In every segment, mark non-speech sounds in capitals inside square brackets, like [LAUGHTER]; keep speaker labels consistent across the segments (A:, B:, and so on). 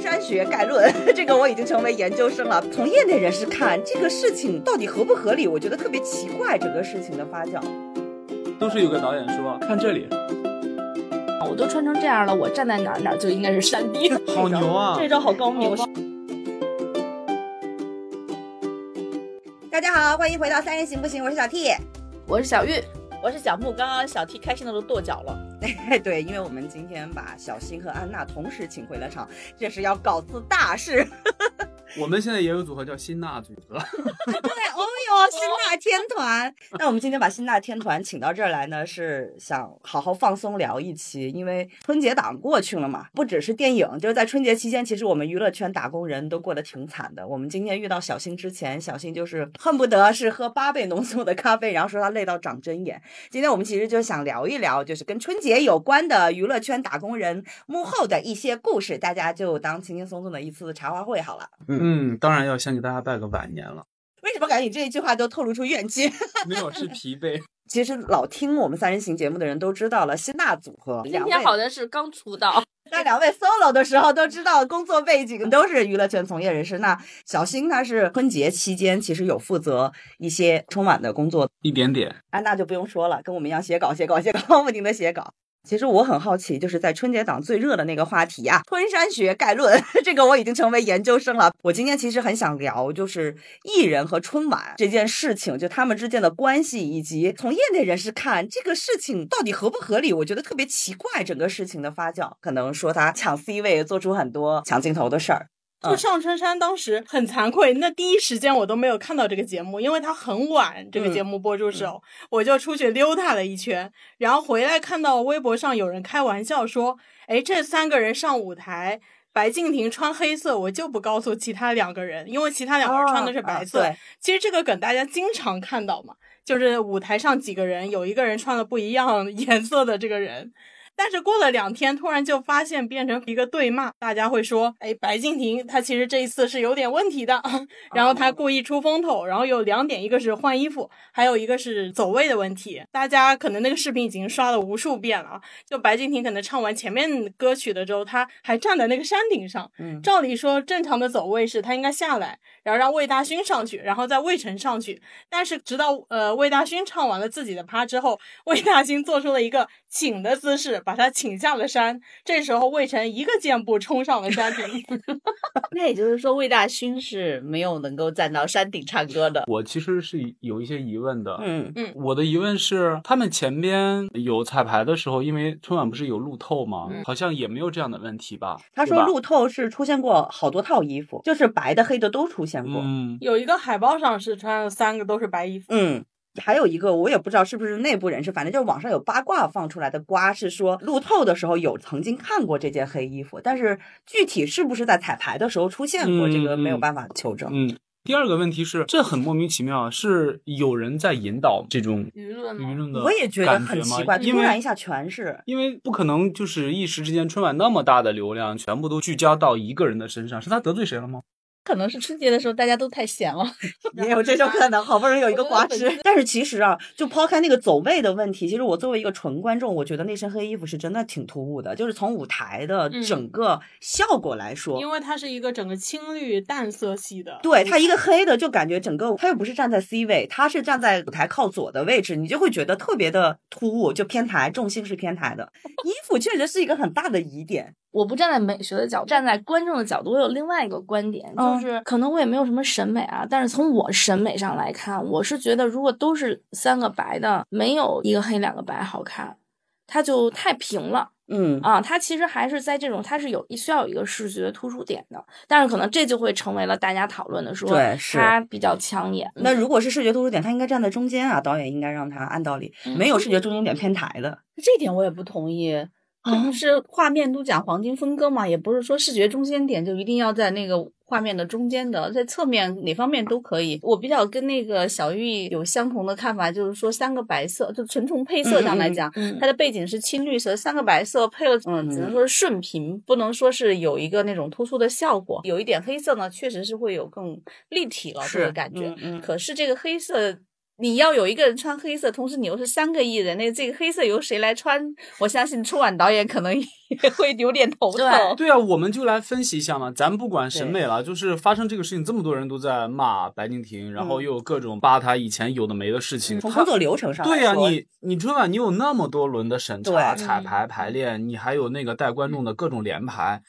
A: 山学概论， [LAUGHS] 这个我已经成为研究生了。从业内人士看，这个事情到底合不合理，我觉得特别奇怪，整个事情的发酵。
B: 都是有个导演说，看这里，
C: 我都穿成这样了，我站在哪儿哪儿就应该是山逼。
B: 好牛啊！
A: 这招好高明！大家好，欢迎回到三人行不行？我是小 T， [LAUGHS]
C: 我是小玉，
D: 我是小木。刚刚小 T 开心的都跺脚了。
A: 对，因为我们今天把小新和安娜同时请回了场，这是要搞次大事。
B: 我们现在也有组合叫辛纳组合，
A: 对，哦哟，辛纳天团。那我们今天把辛纳天团请到这儿来呢，是想好好放松聊一期，因为春节档过去了嘛，不只是电影，就是在春节期间，其实我们娱乐圈打工人都过得挺惨的。我们今天遇到小新之前，小新就是恨不得是喝八倍浓缩的咖啡，然后说他累到长针眼。今天我们其实就想聊一聊，就是跟春节有关的娱乐圈打工人幕后的一些故事，大家就当轻轻松松的一次茶话会好了。
B: 嗯，当然要先给大家拜个晚年了。
A: 为什么感觉你这一句话就透露出怨气？
B: 没有，是疲惫。
A: 其实老听我们三人行节目的人都知道了，辛纳组合
C: 今
A: 两位
C: 天，好像是刚出道，
A: 那两位 solo 的时候都知道工作背景都是娱乐圈从业人士。那小新他是春节期间其实有负责一些春晚的工作，
B: 一点点，
A: 安娜啊就不用说了，跟我们一样写稿写稿写稿， [LAUGHS] 不停的写稿。其实我很好奇，就是在春节档最热的那个话题啊，昆山学概论， [LAUGHS] 这个我已经成为研究生了。我今天其实很想聊，就是艺人和春晚这件事情，就他们之间的关系，以及从业内人士看这个事情到底合不合理，我觉得特别奇怪。整个事情的发酵，可能说他抢 C 位，做出很多抢镜头的事儿。嗯
E: 就上春山当时很惭愧，那第一时间我都没有看到这个节目，因为它很晚，这个
A: 嗯
E: 节目播出之后，我就出去溜达了一圈，然后回来看到微博上有人开玩笑说：“哎，这三个人上舞台，白敬亭穿黑色，我就不告诉其他两个人，因为其他两个人穿的是白色。
A: 啊对，
E: 其实这个梗大家经常看到嘛，就是舞台上几个人，有一个人穿了不一样 [LAUGHS] 颜色的这个人。但是过了两天，突然就发现变成一个对骂，大家会说：“哎，白敬亭他其实这一次是有点问题的，然后他故意出风头。”然后有两点，一个是换衣服，还有一个是走位的问题。大家可能那个视频已经刷了无数遍了啊，就白敬亭可能唱完前面歌曲的之后，他还站在那个山顶上， [LAUGHS]
A: 嗯，
E: 照理说，正常的走位是他应该下来，然后让魏大勋上去，然后再魏晨上去。但是直到呃魏大勋唱完了自己的趴之后，魏大勋做出了一个请的姿势，把他请下了山。这时候魏晨一个箭步冲上了山顶，
D: [LAUGHS]
E: [LAUGHS]
D: 那也就是说，魏大勋是没有能够站到山顶唱歌的。
B: 我其实是有一些疑问的。
A: 嗯
B: 我的疑问是，他们前边有彩排的时候，因为春晚不是有路透吗？
D: 嗯
B: 好像也没有这样的问题吧？
A: 他
B: 对
A: 说
B: 吧
A: 路透是出现过好多套衣服，就是白的黑的都出现过。
B: 嗯，
E: 有一个海报上是穿了三个都是白衣服。
A: 嗯，还有一个我也不知道是不是内部人士，反正就是网上有八卦放出来的瓜是说路透的时候有曾经看过这件黑衣服，但是具体是不是在彩排的时候出现过，这个没有办法求证。
B: 嗯，第二个问题是，这很莫名其妙，是有人在引导这种
C: 舆论
B: 舆论的，
A: 我也觉得很奇怪，
B: 因
A: 突然
B: 为
A: 一下全是。
B: 因为不可能就是一时之间春晚那么大的流量，全部都聚焦到一个人的身上，是他得罪谁了吗？
C: 可能是春节的时候大家都太闲了，
A: 也有这种可能，好不容易有一个瓜
C: 我觉得
A: 吃。但是其实啊，就抛开那个走位的问题，其实我作为一个纯观众，我觉得那身黑衣服是真的挺突兀的，就是从舞台的
C: 嗯
A: 整个效果来说，
E: 因为它是一个整个青绿淡色系的，
A: 对他一个黑的，就感觉整个他又不是站在 C 位，他是站在舞台靠左的位置，你就会觉得特别的突兀，就偏台，重心是偏台的。衣服确实是一个很大的疑点，
C: 我不站在美学的角度，站在观众的角度，我有另外一个观点，
A: 嗯
C: 就是可能我也没有什么审美啊，但是从我审美上来看，我是觉得如果都是三个白的，没有一个黑两个白好看，它就太平了。
A: 嗯，
C: 啊，它其实还是在这种，它是有需要有一个视觉突出点的，但是可能这就会成为了大家讨论的说，
A: 对是
C: 它比较抢眼。
D: 嗯
C: 嗯
A: 那如果是视觉突出点，他应该站在中间啊，导演应该让他按道理
C: 嗯
A: 没有视觉中心点偏台的。哦
D: 这点我也不同意。这不是画面都讲黄金分割嘛，也不是说视觉中间点就一定要在那个画面的中间的，在侧面哪方面都可以。我比较跟那个小玉有相同的看法，就是说三个白色，就纯从配色上来讲，
C: 嗯
D: 它的背景是青绿色，三个白色配了，嗯，只能说是顺平，不能说是有一个那种突出的效果。有一点黑色呢，确实是会有更立体了这
A: 是
D: 个感觉。
A: 嗯嗯
D: 可是这个黑色你要有一个人穿黑色，同时你又是三个艺人，那这个黑色由谁来穿？我相信春晚导演可能 [LAUGHS] 也会有点头疼。 [LAUGHS]
C: 对
B: 对啊，我们就来分析一下嘛，咱不管审美了，就是发生这个事情，这么多人都在骂白敬亭，然后又有各种扒他以前有的没的事情。
A: 嗯从
B: 他
A: 工作流程上
B: 对呀、
A: 来说
B: 你你春晚你有那么多轮的审查、
A: 对嗯
B: 彩排、排练，你还有那个带观众的各种联排，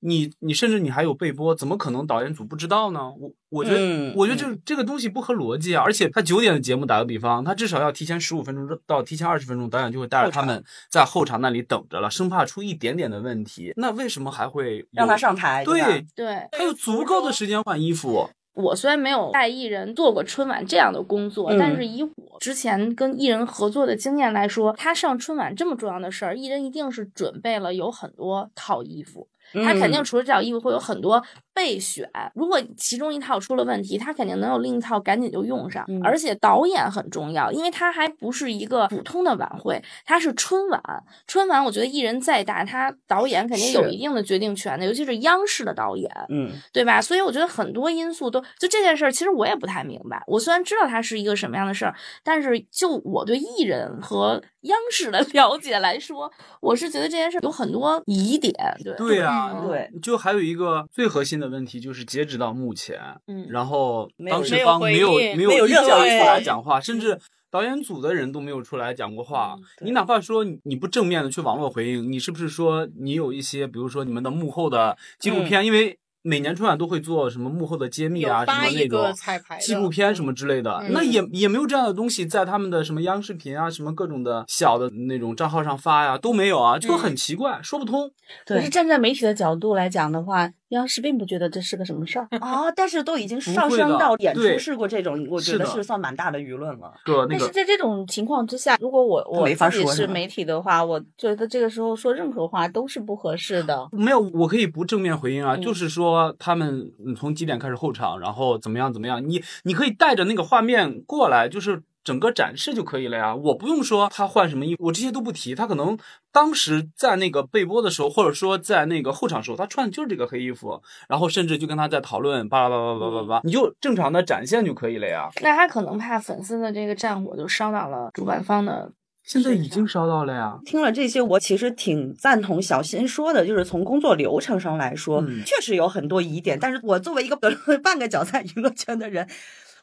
B: 你你甚至你还有备播，怎么可能导演组不知道呢？我我觉得、
A: 嗯
B: 我觉得这这个东西不合逻辑啊！而且他九点的节目，打个比方，他至少要提前十五分钟到提前二十分钟，导演就会带着他们在后场那里等着了，生怕出一点点的问题。那为什么还会有
A: 让他？上台，吧嗯
B: 对，
C: 对，
B: 他有足够的时间换衣服。
C: 我虽然没有带艺人做过春晚这样的工作，
A: 嗯
C: 但是以我之前跟艺人合作的经验来说，他上春晚这么重要的事儿，艺人一定是准备了有很多套衣服，他肯定
A: 嗯
C: 除了这套衣服会有很多备选。如果其中一套出了问题，他肯定能有另一套赶紧就用上。
A: 嗯
C: 而且导演很重要，因为他还不是一个普通的晚会，他是春晚。春晚我觉得艺人再大，他导演肯定有
A: 是
C: 一定的决定权的，尤其是央视的导演。
A: 嗯
C: 对吧？所以我觉得很多因素都就这件事儿，其实我也不太明白。我虽然知道它是一个什么样的事儿，但是就我对艺人和央视的 [LAUGHS] 了解来说，我是觉得这件事儿有很多疑点。对，
B: 对啊，
D: 哦
B: [LAUGHS]
C: 嗯
A: 对，
B: 就还有一个最核心的问题，就是截止到目前，
C: 嗯，
B: 然后
A: 没有
B: 当事
E: 人
B: 方没有
E: 没有回应嗯
B: 没
A: 没有
B: 一
A: 任何
B: 家人
A: 人
B: 出来
E: 对
B: 讲话，甚至导演组的人都没有出来讲过
E: 嗯
B: 话。
A: 对
B: 你哪怕说你你不正面的去网络回应，你是不是说你有一些，比如说你们的幕后的纪录片，因为每年春晚都会做什么幕后的揭秘啊，
E: 嗯有
B: 什么
E: 发
B: 那
E: 一
B: 种
E: 个彩排的
B: 纪录片什么之类的，
E: 嗯
B: 那也也没有这样的东西在他们的什么央视频啊，什么各种的小的那种账号上发呀、都没有啊，
E: 嗯
B: 就很奇怪，说不通。
D: 可是
A: 对
D: 站在媒体的角度来讲的话，央视并不觉得这是个什么事儿。
A: 啊，但是都已经
B: 不
A: 上
B: 会
A: 升
B: 的
A: 到演
B: 对
A: 出事故这种，我觉
B: 是
A: 得
B: 的
A: 是算蛮大的舆论了。
B: 对，那
D: 但
B: 个
D: 是在这种情况之下，如果我我
A: 没法
D: 自己
A: 说是
D: 是
A: 吧
D: 媒体的话，我觉得这个时候说任何话都是不合适的。
B: 没有，我可以不正面回应啊，就是说他们嗯从几点开始后场，然后怎么样怎么样，你你可以带着那个画面过来，就是整个展示就可以了呀。我不用说他换什么衣服，我这些都不提。他可能当时在那个备播的时候，或者说在那个后场时候，他穿的就是这个黑衣服，然后甚至就跟他在讨论巴拉巴拉巴拉巴拉巴拉，你就正常的展现就可以了呀。
C: [LAUGHS] 那他可能怕粉丝的这个战火就烧到了主办方的，
B: 现在已经烧到了呀。
A: 听了这些，我其实挺赞同小新说的，就是从工作流程上来说，
B: 嗯
A: 确实有很多疑点。但是我作为一个 [LAUGHS] 半个脚在娱乐圈的人，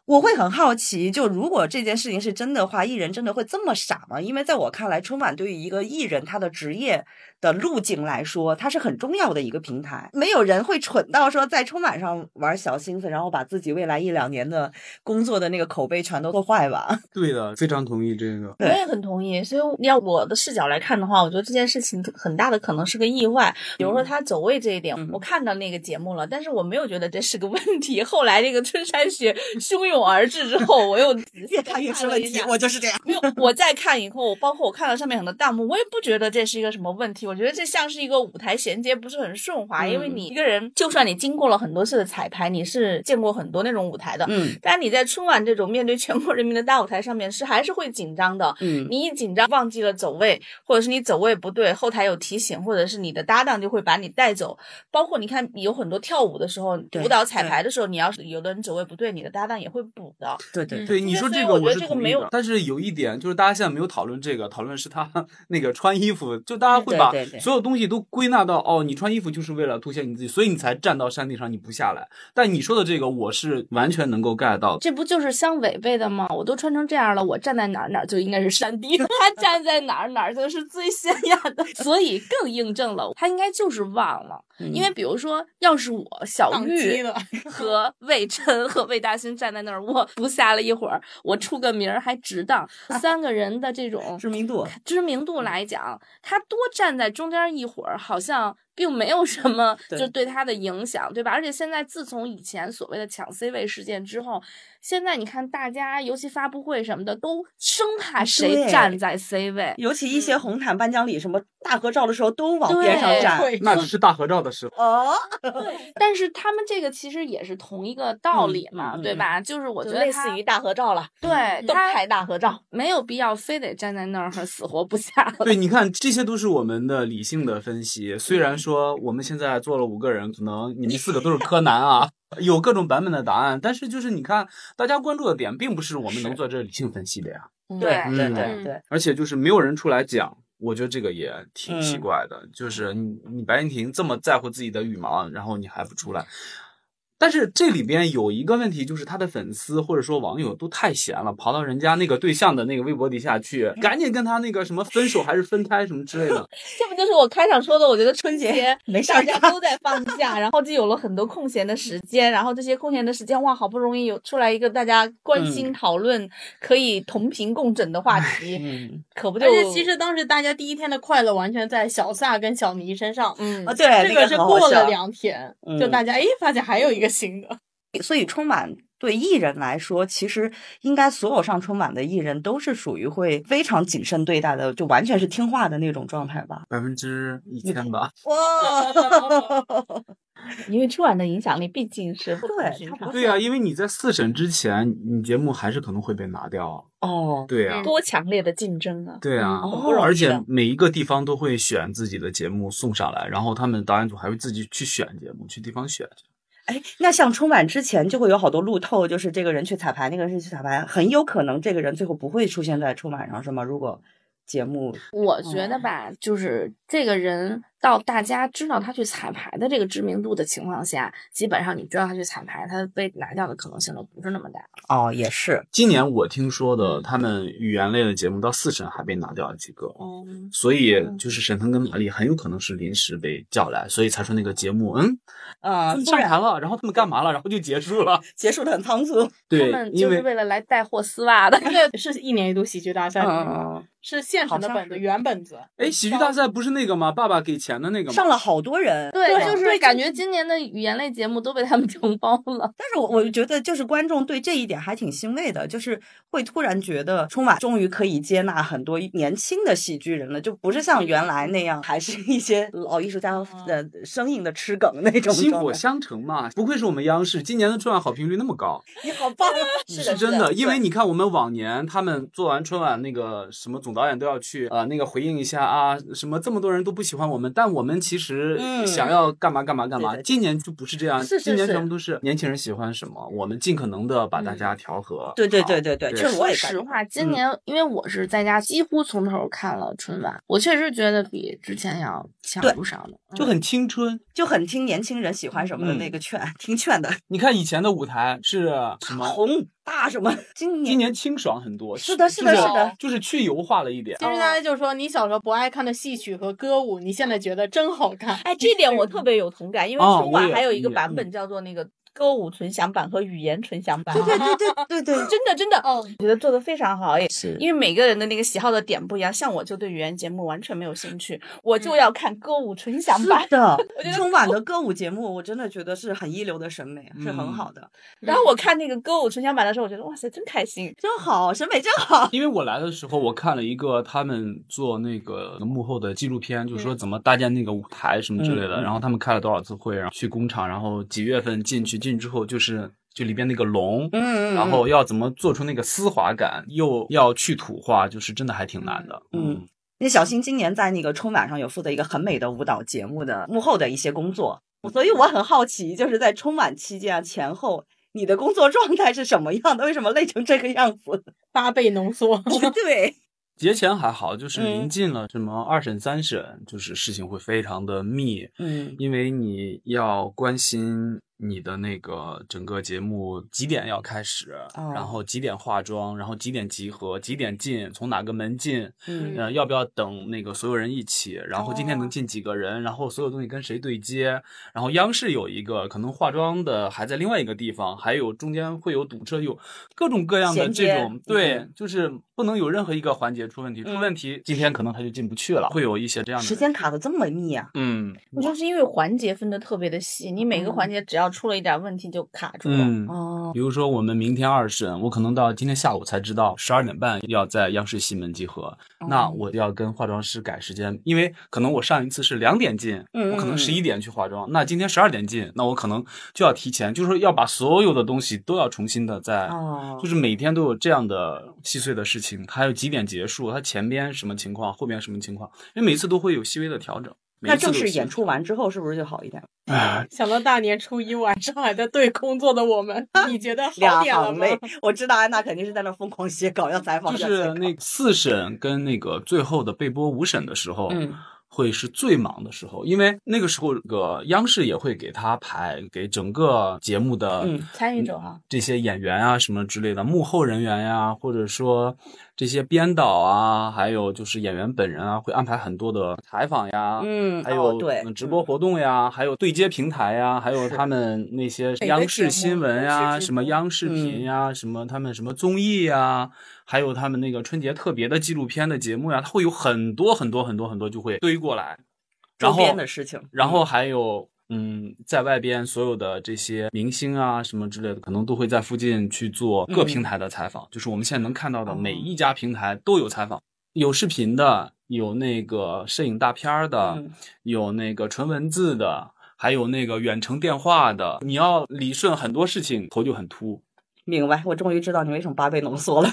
A: 我会很好奇，就如果这件事情是真的话，艺人真的会这么傻吗？因为在我看来，春晚对于一个艺人他的职业的路径来说，它是很重要的一个平台，没有人会蠢到说在春晚上玩小兴奋，然后把自己未来一两年的工作的那个口碑全都做坏吧。 [LAUGHS]
B: 对的，非常同意这个。
A: 对
D: 我也很同意，所以要我的视角来看的话，我觉得这件事情很大的可能是个意外。比如说他走位这一点，
A: 嗯
D: 我看到那个节目了，但是我没有觉得这是个问题。后来这个春山雪汹涌而至之后，我又
A: 嗯 [LAUGHS] 越看越是问题，我就是这样。
D: 没有，我再看以后，包括我看了上面很多弹幕，我也不觉得这是一个什么问题。我觉得这像是一个舞台衔接不是很顺滑，因为
A: 嗯
D: 你一个人，就算你经过了很多次的彩排，你是见过很多那种舞台的，
A: 嗯
D: 但你在春晚这种面对全国人民的大舞台上面是还是会紧张的。
A: 嗯，
D: 你一紧张忘记了走位，或者是你走位不对，后台有提醒，或者是你的搭档就会把你带走。包括你看有很多跳舞的时候，
A: 对
D: 舞蹈彩排的时候，你要是有的人走位不对，你的搭档也会补的。
A: 对对对。
B: 对
D: 嗯
B: 你
D: 所
B: 说
D: 以所以
B: 这个，
D: 我觉得
B: 是
D: 这个
B: 同
D: 没
B: 意
D: 有
B: 的。但是有一点就是，大家现在没有讨论这个，讨论是他那个穿衣服，就大家会
D: 嗯
A: 对
B: 把
A: 对对
B: 所有东西都归纳到哦，你穿衣服就是为了凸显你自己，所以你才站到山顶上你不下来。但你说的这个，我是完全能够 get 到的。
C: 这不就是相违背的吗？我都穿成这样了，我站在哪儿哪儿就应该是山顶，他站在哪儿哪儿就是最显眼的， [LAUGHS] 所以更印证了他应该就是忘了。因为比如说，要是我小
E: 宕机
C: 玉
E: 了
C: 和魏晨和魏大勋站在那儿，我不下了一会儿，我出个名儿还
A: [LAUGHS]
C: 值当，三个人的这种
A: 知名度嗯
C: 知名度来讲，他多站在中间一会儿，好像并没有什么
A: 对
C: 就对他的影响，对吧？而且现在自从以前所谓的抢 C 位事件之后，现在你看大家，尤其发布会什么的，都生怕谁
A: 对
C: 站在 C 位。
A: 尤其一些红毯颁奖礼什么大合照的时候，都往边上
C: 对
A: 站。
E: 会
B: 那只是大合照的时候，
A: 哦，
C: 但是他们这个其实也是同一个道理
A: 嗯
C: 嘛，
A: 嗯
C: 对
A: 嗯
C: 吧？就是我
D: 就
C: 觉得
D: 类似
C: 他
D: 于大合照了，
C: 对
D: 动
C: 他
D: 态大合照。
C: 没有必要非得站在那儿死活不
D: [LAUGHS]
C: 下了。
B: 对，你看这些都是我们的
D: 嗯 [LAUGHS]
B: 理性的分析。虽然说我们现在做了五个人，可能你们四个都是柯南啊，有各种版本的答案，但是就是你看，大家关注的点并不是我们能坐这儿理性分析的呀，
A: 对
C: 对
A: 对
B: 嗯
A: 对对，
B: 而且就是没有人出来讲。我觉得这个也挺奇怪的，就是你你白敬亭这么在乎自己的羽毛，然后你还不出来。但是这里边有一个问题，就是他的粉丝或者说网友都太闲了，跑到人家那个对象的那个微博底下去，赶紧跟他那个什么分手还是分开什么之类的。
D: 这不就是我开场说的？我觉得春 [LAUGHS] 节
A: 没事
D: 大
A: 儿
D: 家都在放假，然后就有了很多空闲的时间，然后这些空闲的时间，哇，好不容易有出来一个大家
C: 嗯
D: 关心讨论、可以同频共枕的话题，
A: 嗯
D: 可不就？
E: 而且其实当时大家第一天的快乐完全在小萨跟小尼身上，呃
D: 嗯
C: 呃
A: 啊，，对，那
E: 这个是
A: 很好
E: 过了
A: 笑
E: 两天，
A: 嗯
E: 就大家哎发现还有一个新
D: [LAUGHS]
E: 的，
A: 所以春晚对艺人来说，其实应该所有上春晚的艺人都是属于会非常谨慎对待的，就完全是听话的那种状态吧。
B: 百分之一千吧，
A: 哦哇，
D: 因为春晚的影响力毕竟是不
A: 对
D: 同寻
A: 它不
D: 常。
B: 对呀、因为你在四审之前，你节目还是可能会被拿掉。啊
A: 哦，
B: 对呀、
E: 嗯
D: 多强烈的竞争啊！
B: 对啊，
D: 嗯很
A: 哦
D: 不容易的
B: 而且每一个地方都会选自己的节目送上来，然后他们导演组还会自己去选节目，去地方选。
A: 哎，那像春晚之前就会有好多路透，就是这个人去彩排，那个人去彩排，很有可能这个人最后不会出现在春晚上，是吗？如果节目
C: 我觉得吧，就是这个人到大家知道他去彩排的这个知名度的情况下，基本上你知道他去彩排，他被拿掉的可能性都不是那么大。
A: 哦也是，
B: 今年我听说的，他们语言类的节目到四审还被拿掉了几个，
D: 哦
E: [LAUGHS]
C: 嗯，
B: 所以就是沈腾跟马丽很有可能是临时被叫来，所以才说那个节目，嗯，
A: 嗯，突
B: 上
A: 然
B: 台了，然后他们干嘛了，然后就结束了。
A: 结束的很仓 [LAUGHS] 促，
C: 他
B: 对
C: 们，
B: 因
C: 就是
B: 为
C: 为了来带货丝袜的。
E: 是一年一度喜剧大赛
A: 嗯
E: 吗，
A: 嗯，
E: 是现成的
A: 好像
E: 本子
A: 是
E: 原本子，
B: 哎，喜剧大赛不是那个吗？爸爸给钱的那个
A: 嗯
B: 吗？
A: 上了好多人，
C: 对，就
E: 对
C: 是
E: 就
C: 感觉今年的语言类节目都被他们 [LAUGHS] 承包了。
A: 但是我我觉得，就是观众对这一点还挺欣慰的，就是会突然觉得春晚终于可以接纳很多年轻的喜剧人了，就不是像原来那样，还是一些 [LAUGHS] 嗯老艺术家的生硬的吃梗那种
B: 薪
A: 状
B: 火
A: 态。
B: 相承嘛，不愧是我们央视，今年的春晚好评率那么高，
A: 你好棒
B: [LAUGHS]
A: 啊！
D: 是
B: 是真的。因为你看，我们往年他们做完春晚那个什么总导演都要去啊、呃那个回应一下啊，什么这么多人都不喜欢我们，但我们其实
A: 嗯
B: 想要干嘛干嘛干嘛。
A: 对对对
B: 今年就不是这样，
A: 是是
B: 今年
A: 是
B: 全部都是年轻人喜欢什么，我们尽可能的把大家调和。
A: 嗯对对
B: 好
A: 对对对，
B: 对
A: 这我
C: 说
A: 也感
C: 实
A: 觉。
C: 话，今年因为我是在家几乎从头看了春晚，我确实觉得比之前要强
A: 对
C: 不少呢。
B: 就很青春。
A: 就很听年轻人喜欢什么
B: 嗯
A: 的那个劝，听劝的
B: 你看以前的舞台是什么？
A: 红大什么， [LAUGHS] 今年
B: 今年清爽很多，
A: 是的是的
B: 就是哦
A: 的，
B: 就是去油化了一点
E: 其。实
D: 哦
E: 大家就说，你小时候不爱看的戏曲和歌舞，你现在觉得真好看。
D: 哎，这点我特别有同感，因为
B: 哦
D: 春
B: 我
D: 晚
B: 也
D: 还有一个
B: 也
D: 版本叫做那个歌舞纯享版和语言纯享版，
A: 对对对对对
B: [LAUGHS]
A: 对，
D: [LAUGHS] 真的真的，
E: 哦，
D: 我觉得做的非常好，也
C: 是
D: 因为每个人的那个喜好的点不一样，像我就对语言节目完全没有兴趣，我
E: 嗯
D: 就要看歌舞纯享版
A: 是。
E: [LAUGHS]
A: [LAUGHS] 的。春晚的歌舞节目，我真的觉得是很一流的审美，是很
B: 嗯
A: 好的，
D: 然后我看那个歌舞纯享版的时候，我觉得哇塞，真开心。
A: 真好，审美真好。
B: 因为我来的时候，我看了一个他们做那个幕后的纪录片，就是说怎么搭建那个舞台什么之类的。
A: 嗯
B: 然后他们开了多少次会，然后去工厂，然后几月份进去，进去之后就是就里边那个龙，
A: 嗯
B: 然后要怎么做出那个丝滑感，又要去土化，就是真的还挺难的。
A: 嗯嗯，那小新今年在那个春晚上有负责一个很美的舞蹈节目的幕后的一些工作，所以我很好奇，就是在春晚期间啊前后，你的工作状态是什么样的？为什么累成这个样子？
E: 八倍浓缩，
A: [LAUGHS] 对，
B: 节前还好，就是临
A: 嗯
B: 近了什么二审、三审，就是事情会非常的密，
A: 嗯
B: 因为你要关心你的那个整个节目几点要开始，
A: 哦
B: 然后几点化妆，然后几点集合，几点进，从哪个门进，
A: 嗯
B: 呃，要不要等那个所有人一起，然后今天能
A: 哦
B: 进几个人，然后所有东西跟谁对接，然后央视有一个可能化妆的还在另外一个地方，还有中间会有堵车，有各种各样的
A: 衔
B: 这
A: 接
B: 种对，
A: 嗯
B: 就是不能有任何一个环节出问题，出
A: 嗯
B: 问题今天可能他就进不去了，会有一些这样的
A: 时间卡的这么密啊！
B: 嗯
D: 我 [LAUGHS] 就是因为环节分的特别的细，你每个
E: 嗯
D: 环节只要出了一点问题就卡住了。
B: 嗯。
A: 哦，
B: 比如说，我们明天二审，我可能到今天下午才知道十二点半要在央视西门集合。
A: 哦
B: 那我要跟化妆师改时间，因为可能我上一次是两点进，
A: 嗯
B: 我可能
A: 嗯
B: 十一点去化妆，那今天十二点进，那我可能就要提前，就是说要把所有的东西都要重新的再，
A: 哦
B: 就是每天都有这样的细碎的事情，还有几点结束，它前边什么情况，后边什么情况，因为每次都会有细微的调整。每
A: 那
B: 一次
A: 正
B: 都
A: 式
B: 是
A: 演出完之后是不是就好一点？
B: 哎，
E: 想到大年初一晚上还在对工作的我们， [LAUGHS] 你觉得好
A: 两
E: 点了
A: 行
E: 吗
A: 泪？，我知道安娜肯定是在那疯狂写稿，要采访，
B: 就
A: 要写
B: 是
A: 稿
B: 那四审跟那个最后的被播五审的时候，
A: 嗯，
B: 会是最忙的时候，因为那个时候，个央视也会给他排给整个节目的
A: 嗯
E: 参与者啊，
B: 这些演员啊什么之类的，幕后人员呀、或者说这些编导啊，还有就是演员本人啊，会安排很多的采访呀，
A: 嗯
B: 还
A: 哦
B: 有
A: 对
B: 嗯直播活动呀，还有对接平台呀，还有他们那些
E: 的
B: 央
E: 节
B: 视
E: 目
B: 新闻
E: 央视
B: 呀，
E: 直
B: 什么
E: 播
B: 央视频呀，什么他们什么综艺呀，还有他们那个春节特别的纪录片的节目呀，它会有很多很多很多很多就会堆过来，
A: 周
B: 然后
A: 边的事情，
B: 然后还有，嗯，在外边所有的这些明星啊什么之类的，可能都会在附近去做各平台的采访，就是我们现在能看到的每一家平台都有采访，有视频的，有那个摄影大片儿的，
A: 嗯
B: 有那个纯文字的。还有那个远程电话的，你要理顺很多事情，头就很秃。
A: 明白，我终于知道你为什么八倍浓缩了。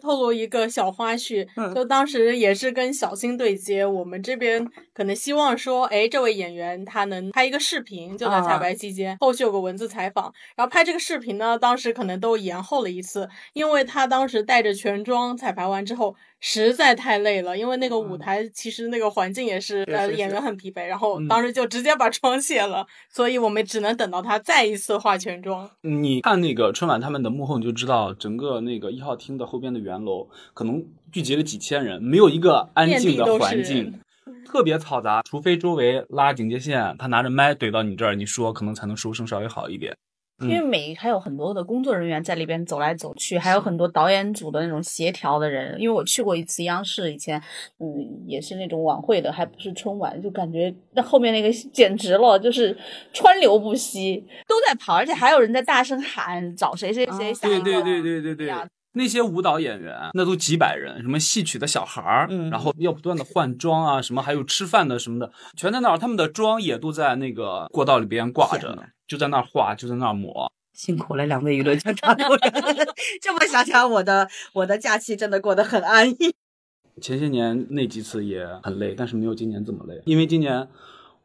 E: 透露一个小花絮
B: [LAUGHS]
A: 嗯，
E: 就当时也是跟小新对接，我们这边可能希望说，哎，这位演员他能拍一个视频，就在
A: 啊
E: 彩排期间，后续有个文字采访，然后拍这个视频呢，当时可能都延后了一次，因为他当时带着全妆彩排完之后。实在太累了，因为那个
B: 嗯
E: 舞台其实那个环境也是，
A: 是
E: 呃，
A: 是
E: 演
A: 是
E: 员很疲惫，然后
B: 嗯
E: 当时就直接把妆卸了，所以我们只能等到他再一次化全妆。
B: 你看那个春晚他们的幕后，你就知道整个那个一号厅的后边的圆楼，可能聚集了几千人，没有一个安静的环
E: 遍地都是人
B: 境，特别嘈杂。除非周围拉警戒线，他拿着麦怼到你这儿，你说可能才能收声稍微好一点。嗯
D: 因为每还有很多的工作人员在里边走来走去，还有很多导演组的那种协调的人。因为我去过一次央视，以前嗯也是那种晚会的，还不是春晚，就感觉那后面那个简直了，就是川流不息，都在跑，而且还有人在大声喊找谁谁谁
E: 啊
D: 下一
B: 对对
D: 个。
B: 对对对对
D: 呀。
B: 那些舞蹈演员，那都几百人，什么戏曲的小孩儿，
A: 嗯
B: 然后要不断的换装啊，什么还有吃饭的什么的，全在那儿。他们的妆也都在那个过道里边挂
A: 天
B: 着
A: 哪，
B: 就在那儿画，就在那儿抹。
A: 辛苦了两位娱乐圈常务 [LAUGHS] 人，这么想想，我的我的假期真的过得很安逸。
B: 前些年那几次也很累，但是没有今年这么累，因为今年。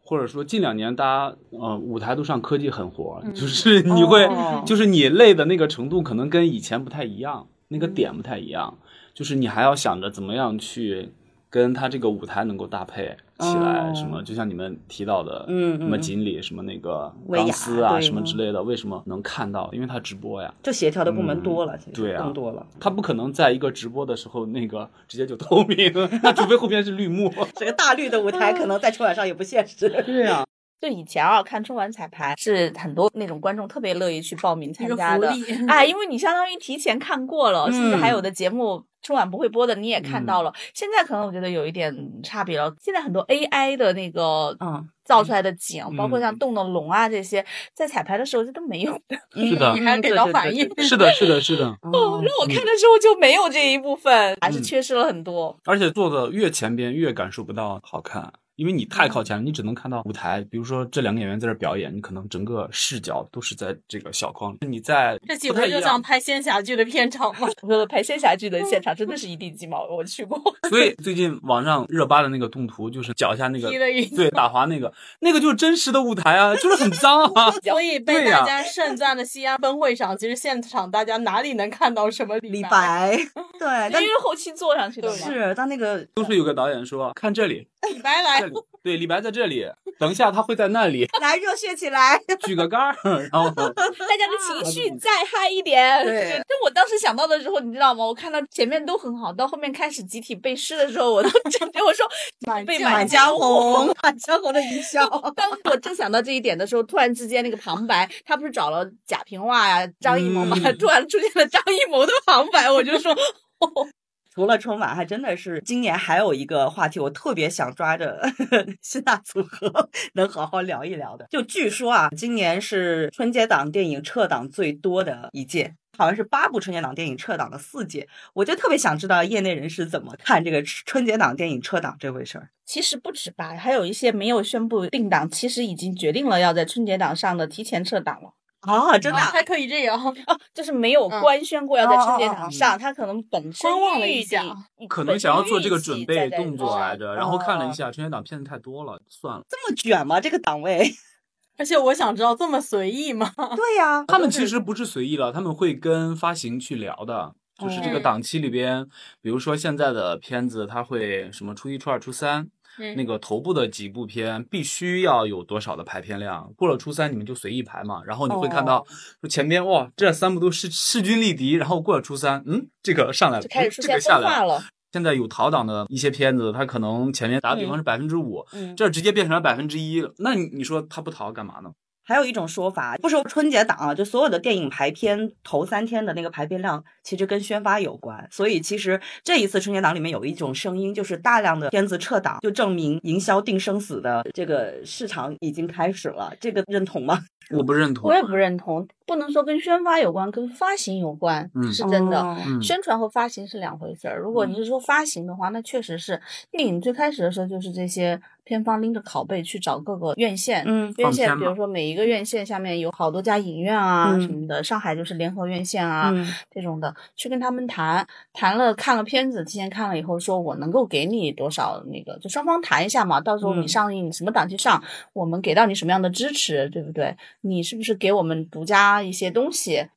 B: 或者说近两年，大家呃舞台都上科技很火，就是你会，
A: 嗯哦
B: 就是你累的那个程度可能跟以前不太一样，那个点不太一样，
A: 嗯
B: 就是你还要想着怎么样去跟他这个舞台能够搭配起来，
A: 哦
B: 什么就像你们提到的，
A: 嗯嗯
B: 什么
A: 嗯
B: 锦鲤，什么那个
A: 薇娅
B: 钢丝啊，
A: 对嗯
B: 什么之类的，为什么能看到？因为他直播呀，
A: 就协调的部门多了，
B: 嗯
A: 其实
B: 对啊
A: 更多了。
B: 他不可能在一个直播的时候那个直接就透
A: [LAUGHS]
B: 明，那除非后边是绿幕。
A: 这个大绿的舞台可能在春晚上也不现实。 [LAUGHS]
B: 对呀、
D: 就以前啊，看春晚彩排是很多那种观众特别乐意去报名参
E: 一个
D: 加
E: 福
D: 的，
E: 利，嗯
D: 哎，因为你相当于提前看过了，甚至还有的节目春晚不会播的你也看到了。现在可能我觉得有一点差别了，现在很多 AI 的那个
A: 嗯，
D: 造出来的景，
B: 嗯
D: 包括像动动龙啊这些，在彩排的时候这都没有
E: 嗯
D: 的。
B: 是的
E: 你还给到反应。
B: 是的，是的，是的，
E: 嗯
A: 哦，
D: 那我看的时候就没有这一部分，还是
B: 嗯
D: 缺失了很多。
B: 而且坐的越前边越感受不到好看，因为你太靠前了，你只能看到舞台。比如说这两个演员在这表演，你可能整个视角都是在这个小框里。你在
E: 这岂
B: 不
E: 不
B: 太
E: 是
B: 一
E: 就像
B: 样，
E: 拍仙侠剧的片场吗？
D: [LAUGHS] 我说拍仙侠剧的现场真的是一地鸡毛，我去过。
B: 所以最近网上热巴的那个动图就是脚下那个
E: 踢了一
B: 对打滑那个，那个就是真实的舞台啊，就是很脏
E: [LAUGHS]
B: 啊。
E: 所以被
B: 对呀
E: 大家盛赞的西安灯会上，其实现场大家哪里能看到什么李
A: 李
E: 白？
A: 白，对，但
D: 因为后期做上去的嘛，
A: 是但那个
B: 都是有个导演说看这里，
E: [LAUGHS] 李白
B: 这
E: 来
B: 里，对，李白在这里，等一下他会在那
E: [LAUGHS]
B: 里
A: 来热血起来，
B: 举个杆儿，然后
D: 大家的情绪再嗨一点。
A: 呃对
D: 就就我当时想到的时候，你知道吗？我看到前面都很好，到后面开始集体背诗的时候，我都感觉我说被
A: 满
D: 家
A: 江红，满江红的营销。
D: 当我正想到这一点的时候，突然之间那个旁白，他不是找了贾平凹呀、张艺谋嘛，
B: 嗯
D: 突然出现了张艺谋的旁白，我就说
A: 除了春晚，还真的是今年还有一个话题，我特别想抓着 [LAUGHS] 新大组合能好好聊一聊的。就据说啊，今年是春节档电影撤档最多的一届。好像是八部春节档电影撤档的四届，我就特别想知道业内人士怎么看这个春节档电影撤档这回事儿。
D: 其实不止吧，还有一些没有宣布定档，其实已经决定了要在春节档上的提前撤档了。
A: 啊，真的啊
E: 还可以这样，
D: 就是没有
E: 嗯
D: 官宣过要在春节
A: 哦哦哦
D: 档上，他可能本身
E: 观望了
D: 预
E: 一下
D: 计
B: 可能想要做这个准备动作来
D: 来着。
B: 着，然后看
E: 哦
B: 了一下春节档片子太多了，算了。
A: 这么卷吗？这个档位？ [LAUGHS]
E: 而且我想知道这么随意吗？
A: 对
D: 啊
A: 呀、
B: 他们其实不是随意了，他们会跟发行去聊的，就是这个
D: 哦
E: 嗯
B: 档期里边，比如说现在的片子，它会什么初一、初二、初三，
D: 嗯
B: 那个头部的几部片必须要有多少的排片量，过了初三你们就随意排嘛。然后你会看
D: 哦
B: 到说前边哇，这三部都势势均力敌，然后过了初三，嗯，这个上来了，
D: 就开始
B: 嗯
D: 出
B: 这
D: 现
B: 个下
D: 分
B: 来了
D: 化。了，
B: 现在有逃档的一些片子，它可能前面打个比方是百分之五，
A: [LAUGHS] 嗯
B: 这直接变成了百分之一，那你你说他不逃干嘛呢？
A: 还有一种说法，不说春节档啊，就所有的电影排片头三天的那个排片量，其实跟宣发有关。所以其实这一次春节档里面有一种声音，就是大量的片子撤档，就证明营销定生死的这个市场已经开始了。这个认同吗？
B: 我不认同
D: 我，也不认同，不能说跟宣发有关，跟发行有关，
B: 嗯
D: [LAUGHS] 是真的。
A: 哦
B: 嗯，
D: 宣传和发行是两回事儿。如果你是说发行的话，那确实是电影最开始的时候就是这些片方拎着拷贝去找各个院线，
A: [LAUGHS] 嗯
B: 放
D: 院
B: 片
D: 线比
B: 嘛
D: 如说每一个院线下面有好多家影院啊、
A: 嗯
D: 什么的，上海就是联合院线啊、
A: 嗯
D: 这种的，去跟他们谈，谈了看了片子，提前看了以后说我能够给你多少那个，就双方谈一下嘛，到时候
A: 嗯
D: 你上映什么档期上，我们给到你什么样的支持，对不对？你是不是给我们独家一些东西？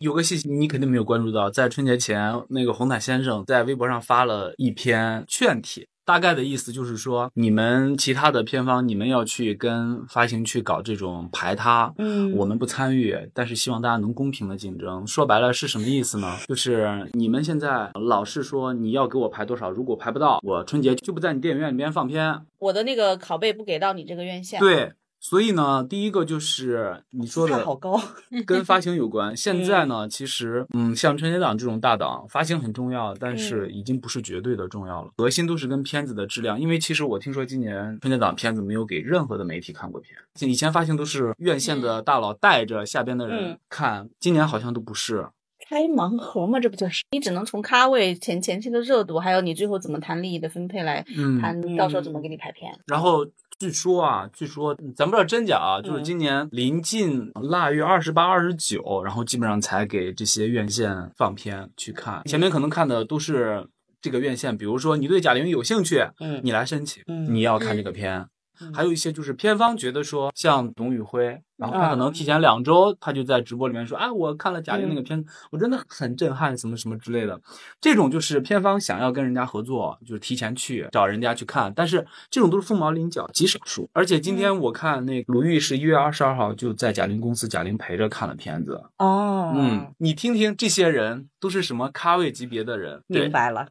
B: 有个信息你肯定没有关注到，在春节前，那个红毯先生在微博上发了一篇劝帖，大概的意思就是说，你们其他的片方，你们要去跟发行去搞这种排他。
A: 嗯
B: 我们不参与，但是希望大家能公平的竞争。说白了是什么意思呢？就是你们现在老是说你要给我排多少，如果排不到，我春节就不在你电影院里边放片，
D: 我的那个拷贝不给到你这个院线，
B: 对，所以呢，第一个就是你说
A: 姿态
B: 的
A: 好高，
B: 跟发行有关。现在呢，其实嗯，像春节档这种大档，发行很重要，但是已经不是绝对的重要了。核心都是跟片子的质量，因为其实我听说今年春节档片子没有给任何的媒体看过片，以前发行都是院线的大佬带着下边的人
A: 嗯
B: 看，今年好像都不是。
D: 开盲盒嘛，这不就是你只能从咖位前前期的热度，还有你最后怎么谈利益的分配来
B: 嗯，
D: 谈，到时候怎么给你排片。嗯
B: 然后据说啊，据说咱不知道真假啊，就是
A: 嗯
B: 今年临近腊月二十八、二十九，然后基本上才给这些院线放片去看，前面可能看的都是。这个院线，比如说你对贾玲有兴趣，
A: 嗯
B: 你来申请，
A: 嗯
B: 你要看这个片。
A: 嗯
B: 还有一些就是片方觉得说，像董宇辉，然后
A: 嗯
B: 他
A: 嗯
B: 可能提前两周，他就在直播里面说啊，我看了贾玲那个片子，我真的很震撼，什么什么之类的。这种就是片方想要跟人家合作，就是提前去找人家去看，但是这种都是凤毛麟角，极少数。而且
A: 嗯
B: 今天我看那个鲁豫是一月二十二号就在贾玲公司，贾玲陪着看了片子。
A: 哦，
B: 嗯，，你听听这些人都是什么咖位级别的人，对
A: 明，白了，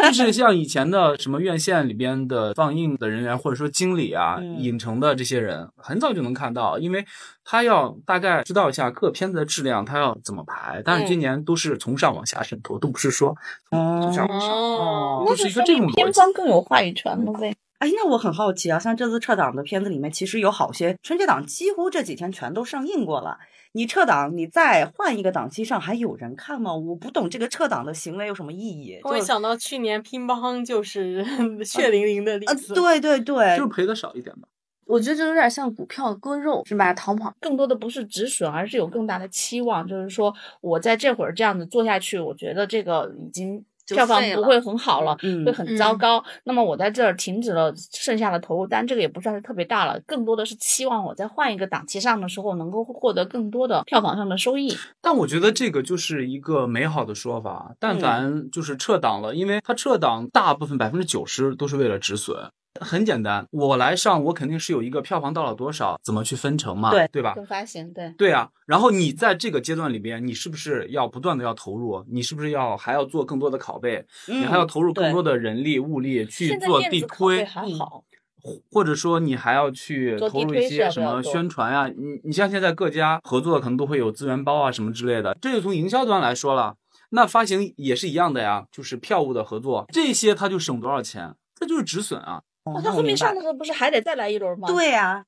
A: [LAUGHS]
B: 就是像以前的什么院线里边的放映的人员，或者说经理啊、
A: 嗯
B: 影城的这些人，很早就能看到，因为他要大概知道一下各片子的质量，他要怎么排。但
A: 嗯
B: 是今年都是从上往下渗透，都不是说从上往上，
E: 哦，
B: 就是一个这种逻
D: 片
B: 辑。
D: 方更有话语权了呗。
A: 哎，那我很好奇啊，像这次撤档的片子里面，其实有好些春节档几乎这几天全都上映过了。你撤档，你再换一个档期上，还有人看吗？我不懂这个撤档的行为有什么意义。
E: 我也
A: 就
E: 想到去年乒乓就是 [LAUGHS] 血淋淋的例
A: 呃，
E: 子，
A: 对对对，
B: 就是赔的少一点吧。
C: 我觉得就有点像股票割肉，是吧？逃跑。
D: 更多的不是止损，而是有更大的期望，就是说我在这会儿这样子做下去，我觉得这个已经
C: 就
D: 票房
C: 废
D: 不
C: 了
D: 会很好了，
A: 嗯
D: 会很糟
C: 嗯
D: 糕。那么我在这儿停止了剩下的投入，但这个也不算是特别大了，更多的是期望我在换一个档期上的时候能够获得更多的票房上的收益。
B: 但我觉得这个就是一个美好的说法。
A: 嗯
B: 但凡就是撤档了，因为他撤档大部分百分之九十都是为了止损。很简单，我来上，我肯定是有一个票房到了多少，怎么去分成嘛，
A: 对
B: 对吧？
D: 跟发行对。
B: 对啊，然后你在这个阶段里边，你是不是要不断的要投入？你是不是要还要做更多的拷贝？你
A: 你
B: 还要投入更多的人力物力去
D: 嗯现在
B: 做
D: 电
B: 地
D: 子拷贝
B: 推，
D: 还好，
B: 或者说你还要去
D: 做
B: 投
D: 地
B: 入
D: 推
B: 一
D: 是啊
B: 些
D: 要
B: 什
D: 不要
B: 么
D: 做
B: 宣传呀、你你像现在各家合作的可能都会有资源包啊什么之类的，这就从营销端来说了。那发行也是一样的呀，就是票务的合作，这些它就省多少钱，这就是止损啊。
A: 哦
D: 哦，
A: 那
D: 他
A: 我
D: 后面
A: 明白
D: 上的时候不是还得再来一轮吗？，
A: 对呀、